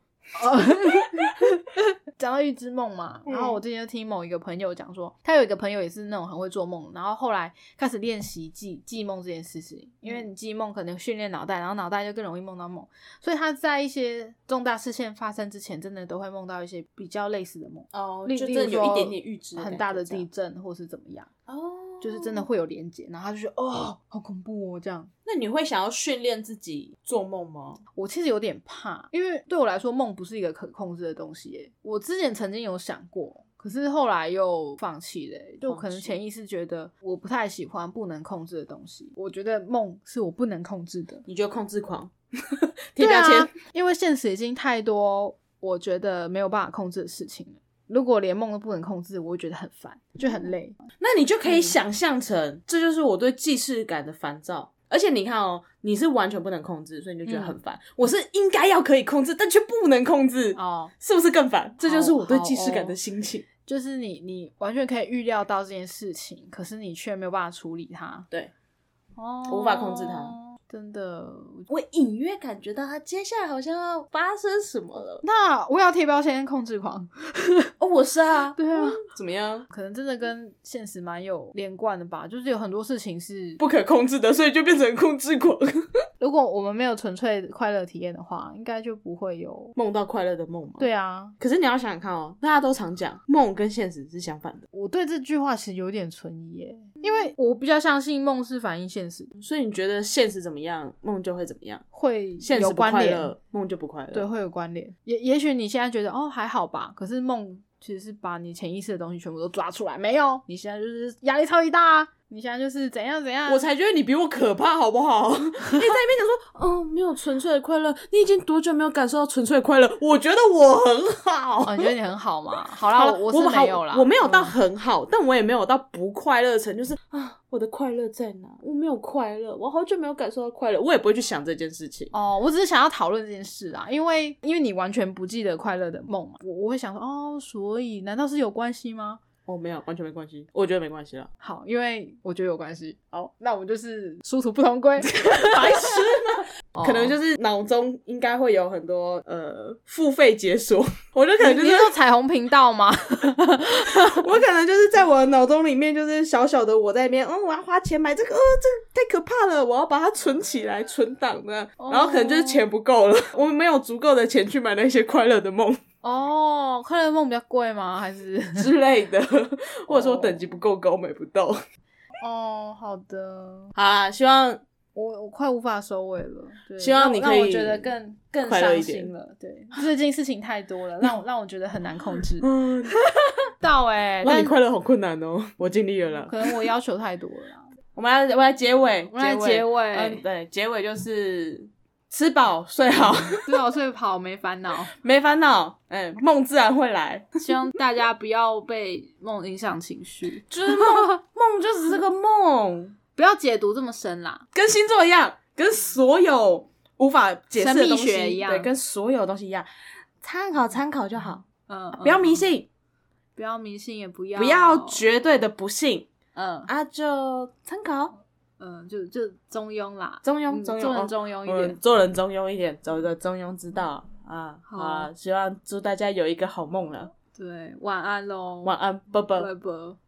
Speaker 1: 讲到预知梦嘛，
Speaker 2: 嗯
Speaker 1: 然后我之前就听某一个朋友讲说，他有一个朋友也是那种很会做梦，然后后来开始练习记记梦这件事情，因为你记梦可能训练脑袋，然后脑袋就更容易梦到梦，所以他在一些重大事件发生之前，真的都会梦到一些比较类似的梦，
Speaker 2: 哦
Speaker 1: 例
Speaker 2: 就
Speaker 1: 例
Speaker 2: 真的
Speaker 1: 如
Speaker 2: 有一
Speaker 1: 说
Speaker 2: 点点预知，
Speaker 1: 很大的地震或是怎么样，
Speaker 2: 哦，
Speaker 1: 就是真的会有连接，然后他就觉得哦，好恐怖哦这样。
Speaker 2: 那你会想要训练自己做梦吗？
Speaker 1: 我其实有点怕，因为对我来说，梦不是一个可控制的东西耶。我之前曾经有想过，可是后来又放弃了耶。就我可能
Speaker 2: 放弃
Speaker 1: 潜意识觉得我不太喜欢不能控制的东西，我觉得梦是我不能控制的。
Speaker 2: 你觉得控制 *laughs* 狂
Speaker 1: 对
Speaker 2: 贴标签、
Speaker 1: 啊，因为现实已经太多我觉得没有办法控制的事情了。如果连梦都不能控制，我会觉得很烦，就很累。
Speaker 2: 那你就可以想象成、这就是我对既视感的烦躁。而且你看哦，你是完全不能控制，所以你就觉得很烦。我是应该要可以控制，但却不能控制，
Speaker 1: 哦，
Speaker 2: 是不是更烦？这就是我对
Speaker 1: 好
Speaker 2: 既视感
Speaker 1: 哦
Speaker 2: 的心情。
Speaker 1: 就是你你完全可以预料到这件事情，可是你却没有办法处理它。
Speaker 2: 对，
Speaker 1: 哦，
Speaker 2: 我无法控制它。
Speaker 1: 真的，
Speaker 2: 我隐约感觉到他接下来好像要发生什么了。
Speaker 1: 那我要贴标签控制狂， *laughs*
Speaker 2: 哦，我是啊，
Speaker 1: 对啊
Speaker 2: 嗯，怎么样？
Speaker 1: 可能真的跟现实蛮有连贯的吧。就是有很多事情是，
Speaker 2: 不可控制的，所以就变成控制狂。 *laughs*
Speaker 1: 如果我们没有纯粹快乐体验的话，应该就不会有。
Speaker 2: 梦到快乐的梦吗？
Speaker 1: 对啊，
Speaker 2: 可是你要想想看哦，大家都常讲梦跟现实是相反的，
Speaker 1: 我对这句话其实有点存疑耶，因
Speaker 2: 嗯
Speaker 1: 为我比较相信梦是反映现实，
Speaker 2: 所以你觉得现实怎么样，梦就会怎么样；
Speaker 1: 会
Speaker 2: 现实
Speaker 1: 有
Speaker 2: 不
Speaker 1: 关
Speaker 2: 快
Speaker 1: 联
Speaker 2: 乐，，梦就不快乐。
Speaker 1: 对，，会有关联。也也许你现在觉得哦还好吧，可是梦其实是把你潜意识的东西全部都抓出来，没有，你现在就是压力超级大、啊，你现在就是怎样怎样，
Speaker 2: 我才觉得你比我可怕，好不
Speaker 1: *laughs*
Speaker 2: 好？你在一边讲说，哦，没有纯粹的快乐，你已经多久没有感受到纯粹的快乐？我觉得我很好。
Speaker 1: 哦，你觉得你很好嘛？好啦，
Speaker 2: 好了，
Speaker 1: 我
Speaker 2: 我
Speaker 1: 是
Speaker 2: 好
Speaker 1: 没有啦，
Speaker 2: 我没有到
Speaker 1: 嗯
Speaker 2: 很好，但我也没有到不快乐的程度，就是啊，我的快乐在哪？我没有快乐，我好久没有感受到快乐，我也不会去想这件事情。
Speaker 1: 哦，我只是想要讨论这件事啊，因为因为你完全不记得快乐的梦嘛，我我会想说哦，所以难道是有关系吗？
Speaker 2: 哦，没有，完全没关系，我觉得没关系了。
Speaker 1: 好，因为我觉得有关系。好，那我们就是殊途不同归， *laughs*
Speaker 2: 白痴
Speaker 1: 哦
Speaker 2: 可能就是脑中应该会有很多呃付费解锁， *laughs* 我就可能
Speaker 1: *laughs* 你
Speaker 2: 就
Speaker 1: 你
Speaker 2: 是
Speaker 1: 是说彩虹频道吗？
Speaker 2: 我可能就是在我的脑中里面就是小小的我在那边，嗯，我要花钱买这个，哦，这个太可怕了，我要把它存起来存档的，
Speaker 1: 哦
Speaker 2: 然后可能就是钱不够了， *laughs* 我没有足够的钱去买那些快乐的梦
Speaker 1: 哦，快乐梦比较贵吗？还是
Speaker 2: 之类 *laughs* 的，或者说等级不够高买不到。
Speaker 1: *laughs* 哦，好的，
Speaker 2: 好啦，希 *laughs* 望
Speaker 1: 我我快无法收尾了。对，
Speaker 2: 希望
Speaker 1: 让
Speaker 2: 你
Speaker 1: 让
Speaker 2: 可
Speaker 1: 我
Speaker 2: 以
Speaker 1: 觉得更更
Speaker 2: 快乐
Speaker 1: 伤
Speaker 2: 一点
Speaker 1: 心了。对，最近事情太多了，让我让我觉得很难控
Speaker 2: *laughs*
Speaker 1: 制
Speaker 2: 嗯，
Speaker 1: 到哎、
Speaker 2: 让
Speaker 1: 但
Speaker 2: 你快乐好困难哦，我尽力了啦。
Speaker 1: 可能我要求太多了啦。
Speaker 2: 我们来，我们来结尾，
Speaker 1: 我们来结尾
Speaker 2: 嗯，对，结尾就是吃饱睡好，
Speaker 1: 对啊，所以跑没烦恼。
Speaker 2: 没烦恼，哎、梦自然会来。
Speaker 3: 希望大家不要被梦影响情绪，
Speaker 2: 就是梦，梦就只是
Speaker 3: *laughs*
Speaker 2: 个梦，
Speaker 3: 不要解读这么深啦。
Speaker 2: 跟星座一样，跟所有无法解释的东
Speaker 3: 神秘学
Speaker 2: 西
Speaker 3: 一样
Speaker 2: 对，跟所有东西一样，参考参考就好，
Speaker 3: 嗯，
Speaker 2: 不要迷
Speaker 3: 嗯，
Speaker 2: 信，
Speaker 3: 不要迷信，也不要
Speaker 2: 不要绝对的不信
Speaker 3: 嗯
Speaker 2: 啊，就参考
Speaker 3: 嗯，就就中庸啦，
Speaker 2: 中庸，
Speaker 3: 嗯
Speaker 2: 中庸，
Speaker 3: 做人
Speaker 2: 哦
Speaker 3: 中庸一
Speaker 2: 我
Speaker 3: 点
Speaker 2: 们。做人中庸一点，走一个中庸之道啊
Speaker 3: 好
Speaker 2: 啊！希望祝大家有一个好梦了，
Speaker 3: 对，晚安喽，
Speaker 2: 晚安，啵啵。
Speaker 3: 拜拜。